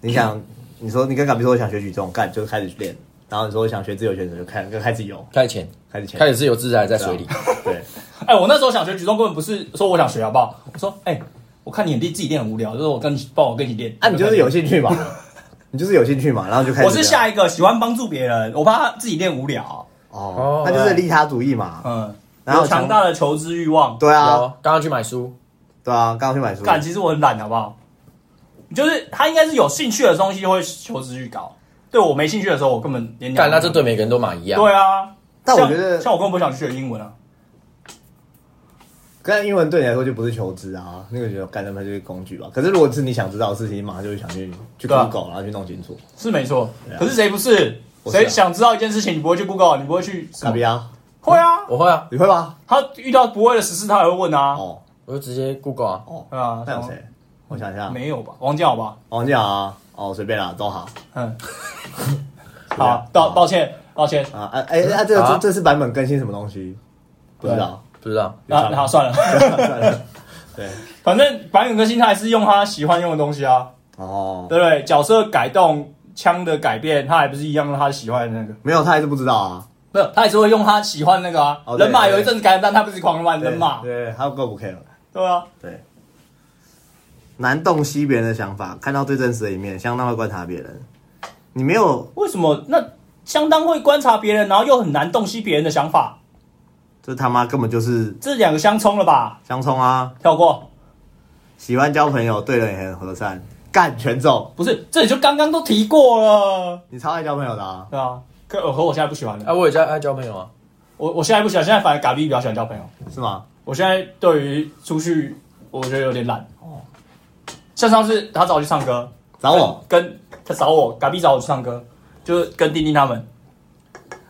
你想你说你跟敢比说我想学举重，干就开始练，然后你说我想学自由选手，就开就开始游，开始潜，开始潜，开始自由自在在水里，啊对， 哎、我那时候想学举重，根本不是说我想学好不好？我说，哎、我看你自己练很无聊，就是我跟你帮我跟你练。啊，你就是有兴趣嘛， 你就是有兴趣嘛，然后就开始我这是样下一个喜欢帮助别人，我怕他自己练无聊。哦哦，那就是利他主义嘛，嗯，然后有强大的求知欲望。对有啊，刚刚去买书，对啊，刚刚去买书，干，其实我很懒，好不好？就是他应该是有兴趣的东西会求知欲高，对我没兴趣的时候，我根本连鸟干那这对每个人都蛮一样，对啊。但我像觉得像我根本不想去学英文啊，但英文对你来说就不是求知啊，那个就干他妈就是工具吧。可是如果是你想知道的事情，马上就会想去去对啊 Google，然后去弄清楚。是没错对。啊可是谁不是？我是啊谁想知道一件事情，你不会去 Google，你不会去什卡么比啊，会啊，我会啊，你会吗？他遇到不会的实事，他还会问啊。哦我就直接 Google 啊，哦，对啊那有谁？我想一下，哦没有吧？王健好吧？王健啊，哦，随便啦，都好嗯， 对啊好，道抱歉，抱歉。啊。哎哎，那这个啊这这次版本更新什么东西？不知道，不知道，那好算了， 算了。对，反正板永哥心态是用他喜欢用的东西啊， 哦，对不对？角色改动、枪的改变，他还不是一样用他喜欢的那个？没有，他还是不知道啊。没有，他也是会用他喜欢的那个啊。哦对人马对有一阵子改，但他不是狂玩对人马，对，他够不 care？对啊。对，难洞悉别人的想法，看到最真实的一面，相当会观察别人。你没有，为什么？那相当会观察别人，然后又很难洞悉别人的想法，这他妈根本就是这两个相冲了吧？相冲啊！跳过，喜欢交朋友，对人也很和善，干全中。不是，这里就刚刚都提过了，你超爱交朋友的啊！对啊。可可我现在不喜欢了，啊，我也在爱交朋友啊，我我现在不喜欢，现在反而嘎逼比较喜欢交朋友。是吗？我现在对于出去，我觉得有点懒哦。像上次他找我去唱歌，找我，跟他找我，隔壁找我去唱歌，就是跟丁丁他们。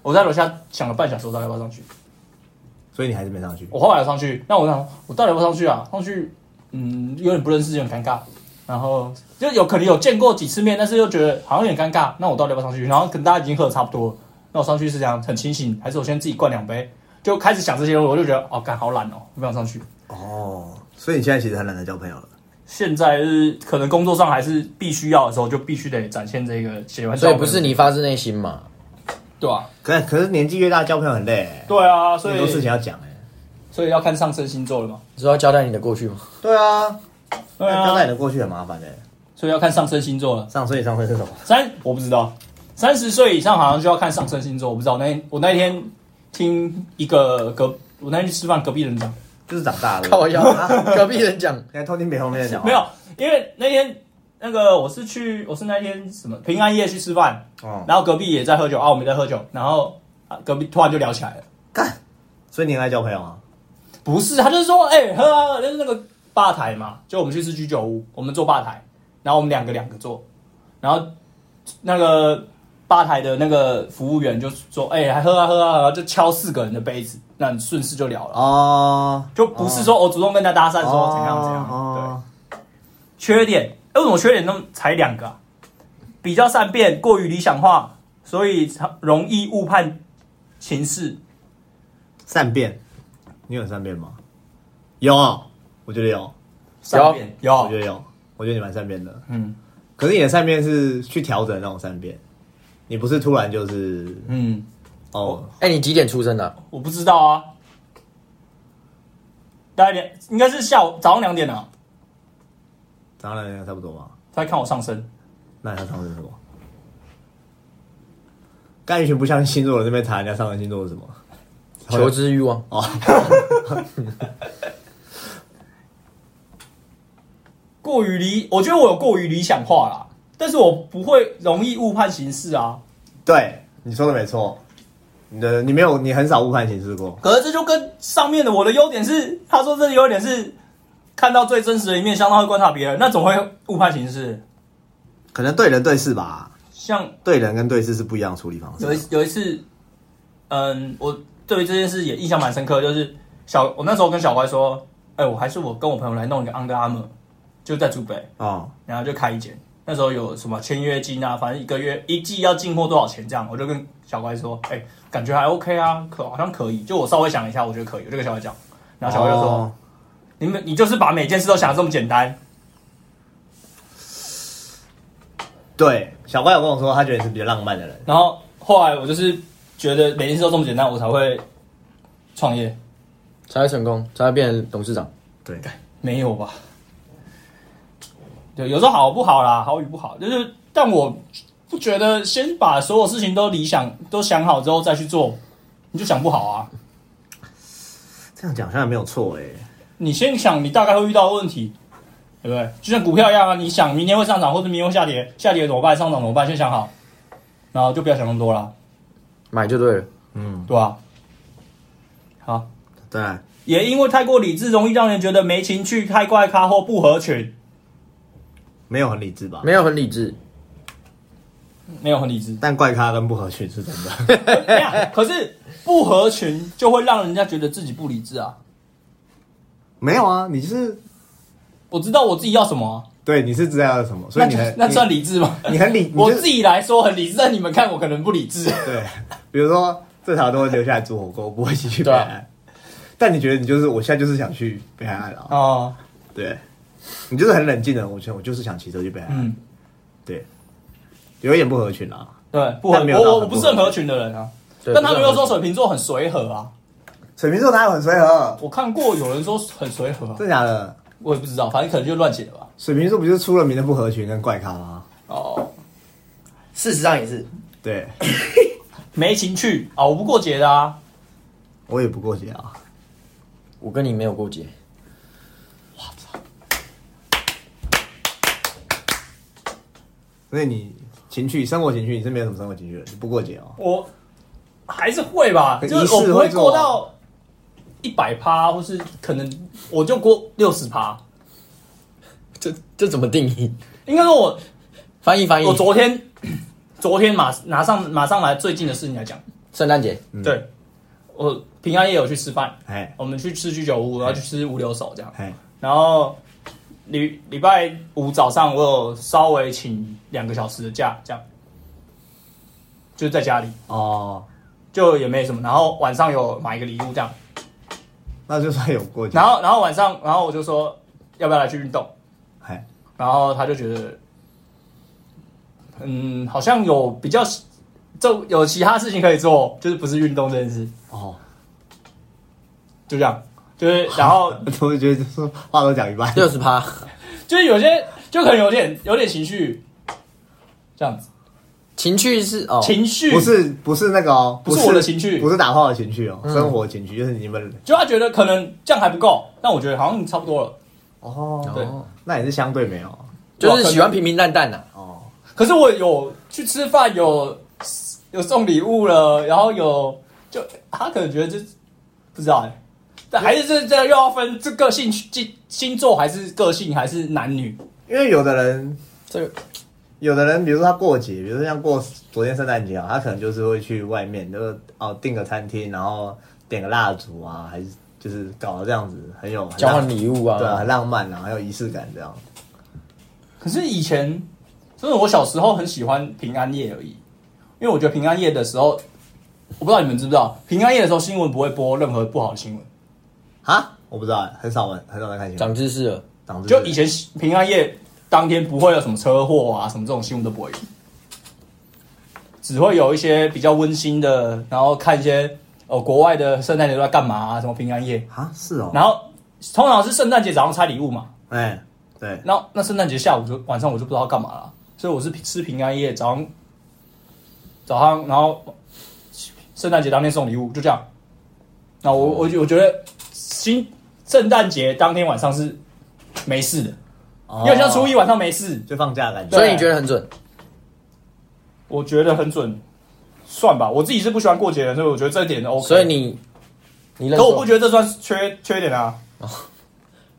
我在楼下想了半小时，我到底要不要上去？所以你还是没上去。我后来有上去，那我想我到底要不要上去啊？上去，嗯，有点不认识，有点尴尬。然后就有可能有见过几次面，但是又觉得好像有点尴尬。那我到底要不要上去？然后可能大家已经喝的差不多了，那我上去是这样很清醒，还是我先自己灌两杯？就开始想这些东西，我就觉得哦，干好懒哦，我不想上去。哦，所以你现在其实很懒得交朋友了。现在是可能工作上还是必须要的时候，就必须得展现这个喜欢。所以不是你发自内心嘛，对啊，可可是年纪越大，交朋友很累、欸，对啊，所很多事情以要讲哎、所以要看上升星座了嘛。你说要交代你的过去吗？ 对啊，对交代啊你，的过去很麻烦哎、所以要看上升星座了。上岁上岁是什么？三我不知道，三十岁以上好像就要看上升星座，我不知道。那天我那天听一个隔，我那天去吃饭，隔壁人讲就是长大了。靠腰，啊隔壁人讲， 你还偷听别人在讲话？没有，因为那天那个我是去，我是那天什么平安夜去吃饭，哦，然后隔壁也在喝酒啊，我们也在喝酒，然后、啊、隔壁突然就聊起来了。所以你很爱交朋友啊？不是，他就是说，哎、喝啊，喝就是那个吧台嘛，就我们去吃居酒屋，我们坐吧台，然后我们两个两个坐，然后那个吧台的那个服务员就说，哎、还喝啊喝啊，然后就敲四个人的杯子，那你顺势就聊了，哦，就不是说我主动跟他搭讪说怎样怎样，哦对，缺点，哎为什么缺点那么才两个、啊？比较善变，过于理想化，所以容易误判情势。善变，你有善变吗？有，我觉得有，善变我觉有，得有，我觉得你蛮善变的。哦嗯可是你的善变是去调整的那种善变，你不是突然就是嗯，哦，哎，你几点出生的啊？我不知道啊，大概两应该是下午早上两点啊，当然差不多嘛。他在看我上身，那你要上升什么？干一群不相信星座的这边查人家上升星座是什么？求知欲望，过于理，我觉得我有过于理想化啦，但是我不会容易误判形势啊。对，你说的没错。你的你没有，你很少误判形势过。可是这就跟上面的我的优点是，他说这个优点是看到最真实的一面，相当会观察别人，那总会误判形势。可能对人对事吧，像对人跟对事是不一样的处理方式有。一有一次，嗯，我对于这件事也印象蛮深刻，就是小我那时候跟小怀说，哎、我还是我跟我朋友来弄一个 Under Armour，就在竹北，哦，然后就开一间。那时候有什么签约金啊，反正一个月一季要进货多少钱这样，我就跟小乖说，哎、感觉还 OK 啊，可好像可以。就我稍微想一下，我觉得可以，我就跟小乖讲，然后小乖就说，哦你们你就是把每件事都想的这么简单，对，小怪有跟我说，他觉得你是比较浪漫的人。然后后来我就是觉得每件事都这么简单，我才会创业，才会成功，才会变成董事长。对，没有吧？对，有时候好不好啦，好与不好，就是但我不觉得先把所有事情都理想都想好之后再去做，你就想不好啊。这样讲好像也没有错哎、你先想你大概会遇到的问题，对不对？就像股票一样啊，你想明天会上涨或者明天会下跌，下跌怎么办？上涨怎么办？先想好，然后就不要想那么多啦，买就对了，嗯对吧、好，对啊，也因为太过理智，容易让人觉得没情趣、太怪咖或不合群，没有很理智吧？没有很理智，没有很 理智。但怪咖跟不合群是真的。 等一下可是不合群就会让人家觉得自己不理智啊！没有啊，你就是我知道我自己要什么啊、对，你是知道什么，所那以你就很那你算理智吗？你很理，你我就是自己来说很理智，但你们看我可能不 理智。对，比如说这条都会留下来煮火锅，不会一起去北对啊海岸。但你觉得你就是我现在就是想去北海岸了、啊，哦，对，你就是很冷静的，我觉得我就是想骑车去北海岸，嗯，对，有一点不合群啊。对，不合但没有到很我我我不是很合群的人啊。对但他们又不说是很水瓶座很随和啊，水瓶座哪有很随和？我看过有人说很随和、啊，真假的？我也不知道，反正可能就乱写的吧。水瓶座不就是出了名的不合群跟怪咖吗？哦，事实上也是，对，没情趣啊，我不过节的啊。我也不过节啊。我跟你没有过节，所以你情趣、生活情趣，你是没有什么生活情趣的，你不过节哦。我还是会吧，可就是我仪式不会会做啊过到一百趴，或是可能我就过六十趴。这这怎么定义？应该说我，翻译哎翻译我，昨天 昨天马马上马上来最近的事情来讲，圣诞节嗯对我平安夜有去吃饭，哎我们去吃居酒屋，然后去吃五柳手这样，哎，然后礼礼拜五早上我有稍微请两个小时的假，这样就是在家里哦，就也没什么，然后晚上有买一个礼物这样，那就算有过节。然后然后晚上然后我就说要不要来去运动，哎，然后他就觉得，嗯，好像有比较，就有其他事情可以做，就是不是运动这件事，哦，就这样，就是然后我就觉得就是话都讲一半。六十趴，就是有些就可能有点有点情绪，这样子，情趣是哦，情绪不，是不是那个哦，不是我的情绪嗯不是打炮的情绪哦，生活情绪就是你们就他觉得可能这样还不够，但我觉得好像差不多了，哦，对哦那也是相对没有就是喜欢平平淡啊淡呐、哦，可是我有去吃饭，有有送礼物了，然后有就他可能觉得这不知道哎、但还是这这又要分这个性星星座还是个性还是男女，因为有的人这个有的人，比如说他过节，比如说像过昨天圣诞节啊，他可能就是会去外面，就是哦订个餐厅，然后点个蜡烛啊，还是就是搞得这样子很有交换礼物啊，对啊，很浪漫啊，很有仪式感这样。可是以前，真的我小时候很喜欢平安夜而已，因为我觉得平安夜的时候，我不知道你们知不知道，平安夜的时候新闻不会播任何不好的新闻，啊，我不知道欸，很少玩，很少在看新长闻。知识了。长知识就以前平安夜当天不会有什么车祸啊什么这种新闻都不会有，只会有一些比较温馨的，然后看一些哦国外的圣诞节都在干嘛啊，什么平安夜，啊是哦，然后通常是圣诞节早上拆礼物嘛，哎对，那那圣诞节下午就晚上我就不知道干嘛了，所以我是吃平安夜早上早上，然后圣诞节当天送礼物，就这样。那我我我觉得新圣诞节当天晚上是没事的，哦因为像初一晚上没事，就放假的感觉对啊所以你觉得很准？我觉得很准，算吧。我自己是不喜欢过节的，所以我觉得这一点 OK。所以，你你认可我不错？觉得这算是缺缺点啊。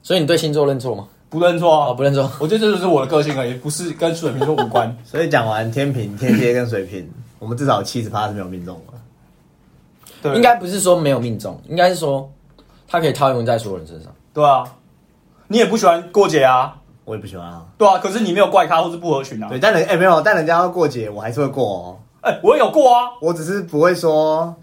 所以你对星座认错吗？不认错哦，啊，不认错，我觉得这就是我的个性而已，不是跟水瓶座无 关。所以讲完天平、天蝎跟水瓶，我们至少七十趴是没有命中的。对，应该不是说没有命中，应该是说他可以套用在所有人身上。对啊，你也不喜欢过节啊，我也不喜欢啊。对啊，可是你没有怪咖或是不合群啊对，。但人哎、没有，但人家要过节，我还是会过哦。哎、我也有过啊，我只是不会说，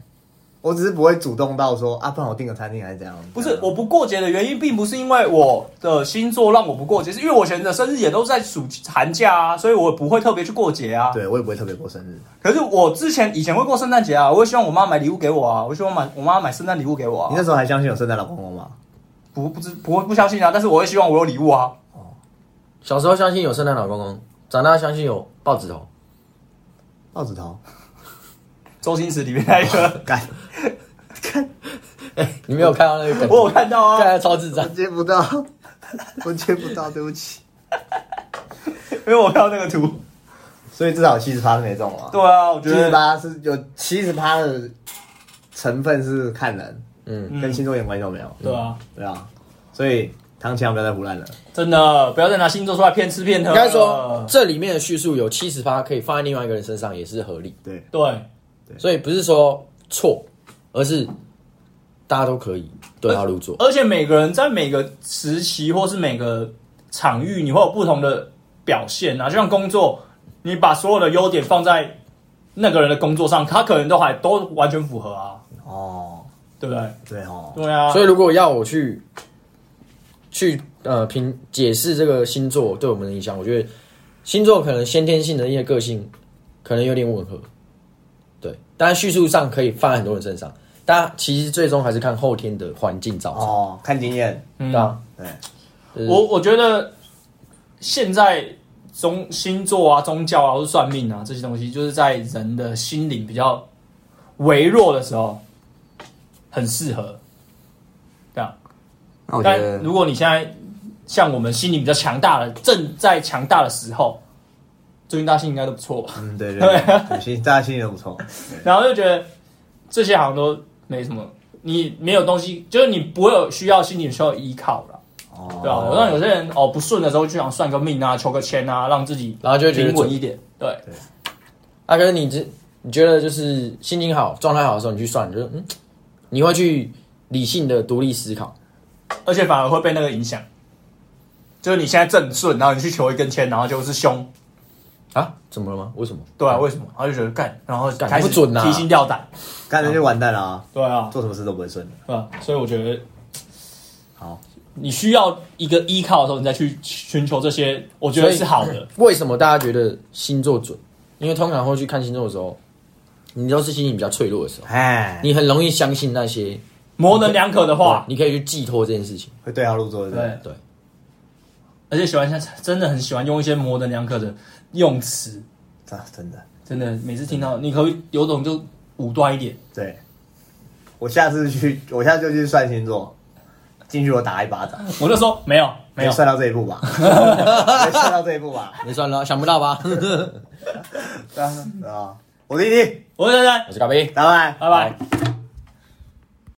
我只是不会主动到说啊，不然我订个餐厅还是怎样。不是我不过节的原因，并不是因为我的星座让我不过节，是因为我以前的生日也都在暑寒假啊，所以我不会特别去过节啊。对我也不会特别过生日。可是我之前以前会过圣诞节啊，我会希望我妈买礼物给我啊，我希望买我妈买圣诞礼物给我你啊。那时候还相信有圣诞老公公吗？不不知不会不相信啊，但是我会希望我有礼物啊。小时候相信有圣诞老公公，长大相信有报纸头。报纸头，周星驰里面那一 个，干，你没有看到那个梗？我有看到看啊，来超智障我。 接不到，我接不到，对不起。因为我看到那个图。所以至少七十趴是没中了。对啊，我觉七十得趴是有七十趴的成分是看人，嗯，跟星座一点关系都没有。对啊，对啊，所以唐强不要再胡乱了。真的不要再拿星座出来骗吃骗喝了。应该说呃这里面的叙述有七十趴可以放在另外一个人身上也是合理，对，对，所以不是说错，而是大家都可以对号入座。而且每个人在每个时期或是每个场域，你会有不同的表现啊。就像工作，你把所有的优点放在那个人的工作上，他可能都还都完全符合啊，哦，对不对？对哦，对啊，所以如果要我去去呃评解释这个星座对我们的影响，我觉得星座可能先天性的一些个性可能有点吻合，对，但叙述上可以放在很多人身上，但其实最终还是看后天的环境造成，哦，看经验，嗯对啊，对，就是我我觉得现在宗星座啊、宗教啊，或是算命啊这些东西，就是在人的心灵比较微弱的时候，很适合这样。那我觉但得如果你现在像我们心灵比较强大的，正在强大的时候，最近大兴应该都不错吧？嗯，对对 对，对心大家心情都不错，然后就觉得这些好像都没什么，你没有东西，就是你不会有需要心理需要依靠了。哦，对啊，我让有些人哦不顺的时候就想算个命啊，求个签啊，让自己然后就会觉得平稳准一点。对，啊，可是你这你觉得就是心情好、状态好的时候，你去算，你就嗯，你会去理性的独立思考，而且反而会被那个影响。就是你现在正顺，然后你去求一根签，然后就是凶，啊？怎么了吗？为什么？对啊，为什么？然后就觉得干，然后嗯干开始不准啊嗯提心吊胆，干了就完蛋了啊，对啊，做什么事都不会顺的。对啊，所以我觉得好，你需要一个依靠的时候，你再去寻求这些，我觉得所以是好的。为什么大家觉得星座准？因为通常会去看星座的时候，你都是心情比较脆弱的时候，哎，你很容易相信那些模棱两可的话，你可以去寄托这件事情。会对号入座，对不对？对对，而且喜欢像真的很喜欢用一些模棱两可的用词，啊，真的，真的每次听到你可不可以有种就武断一点，对。我下次去，我下次就去算星座，进去我打一巴掌，我就说没有没有，算到这一步 吧，没算到这一步吧，你算了，想不到吧？ 我对啊，对啊我弟弟，我是珊珊，是高斌。拜拜。拜拜。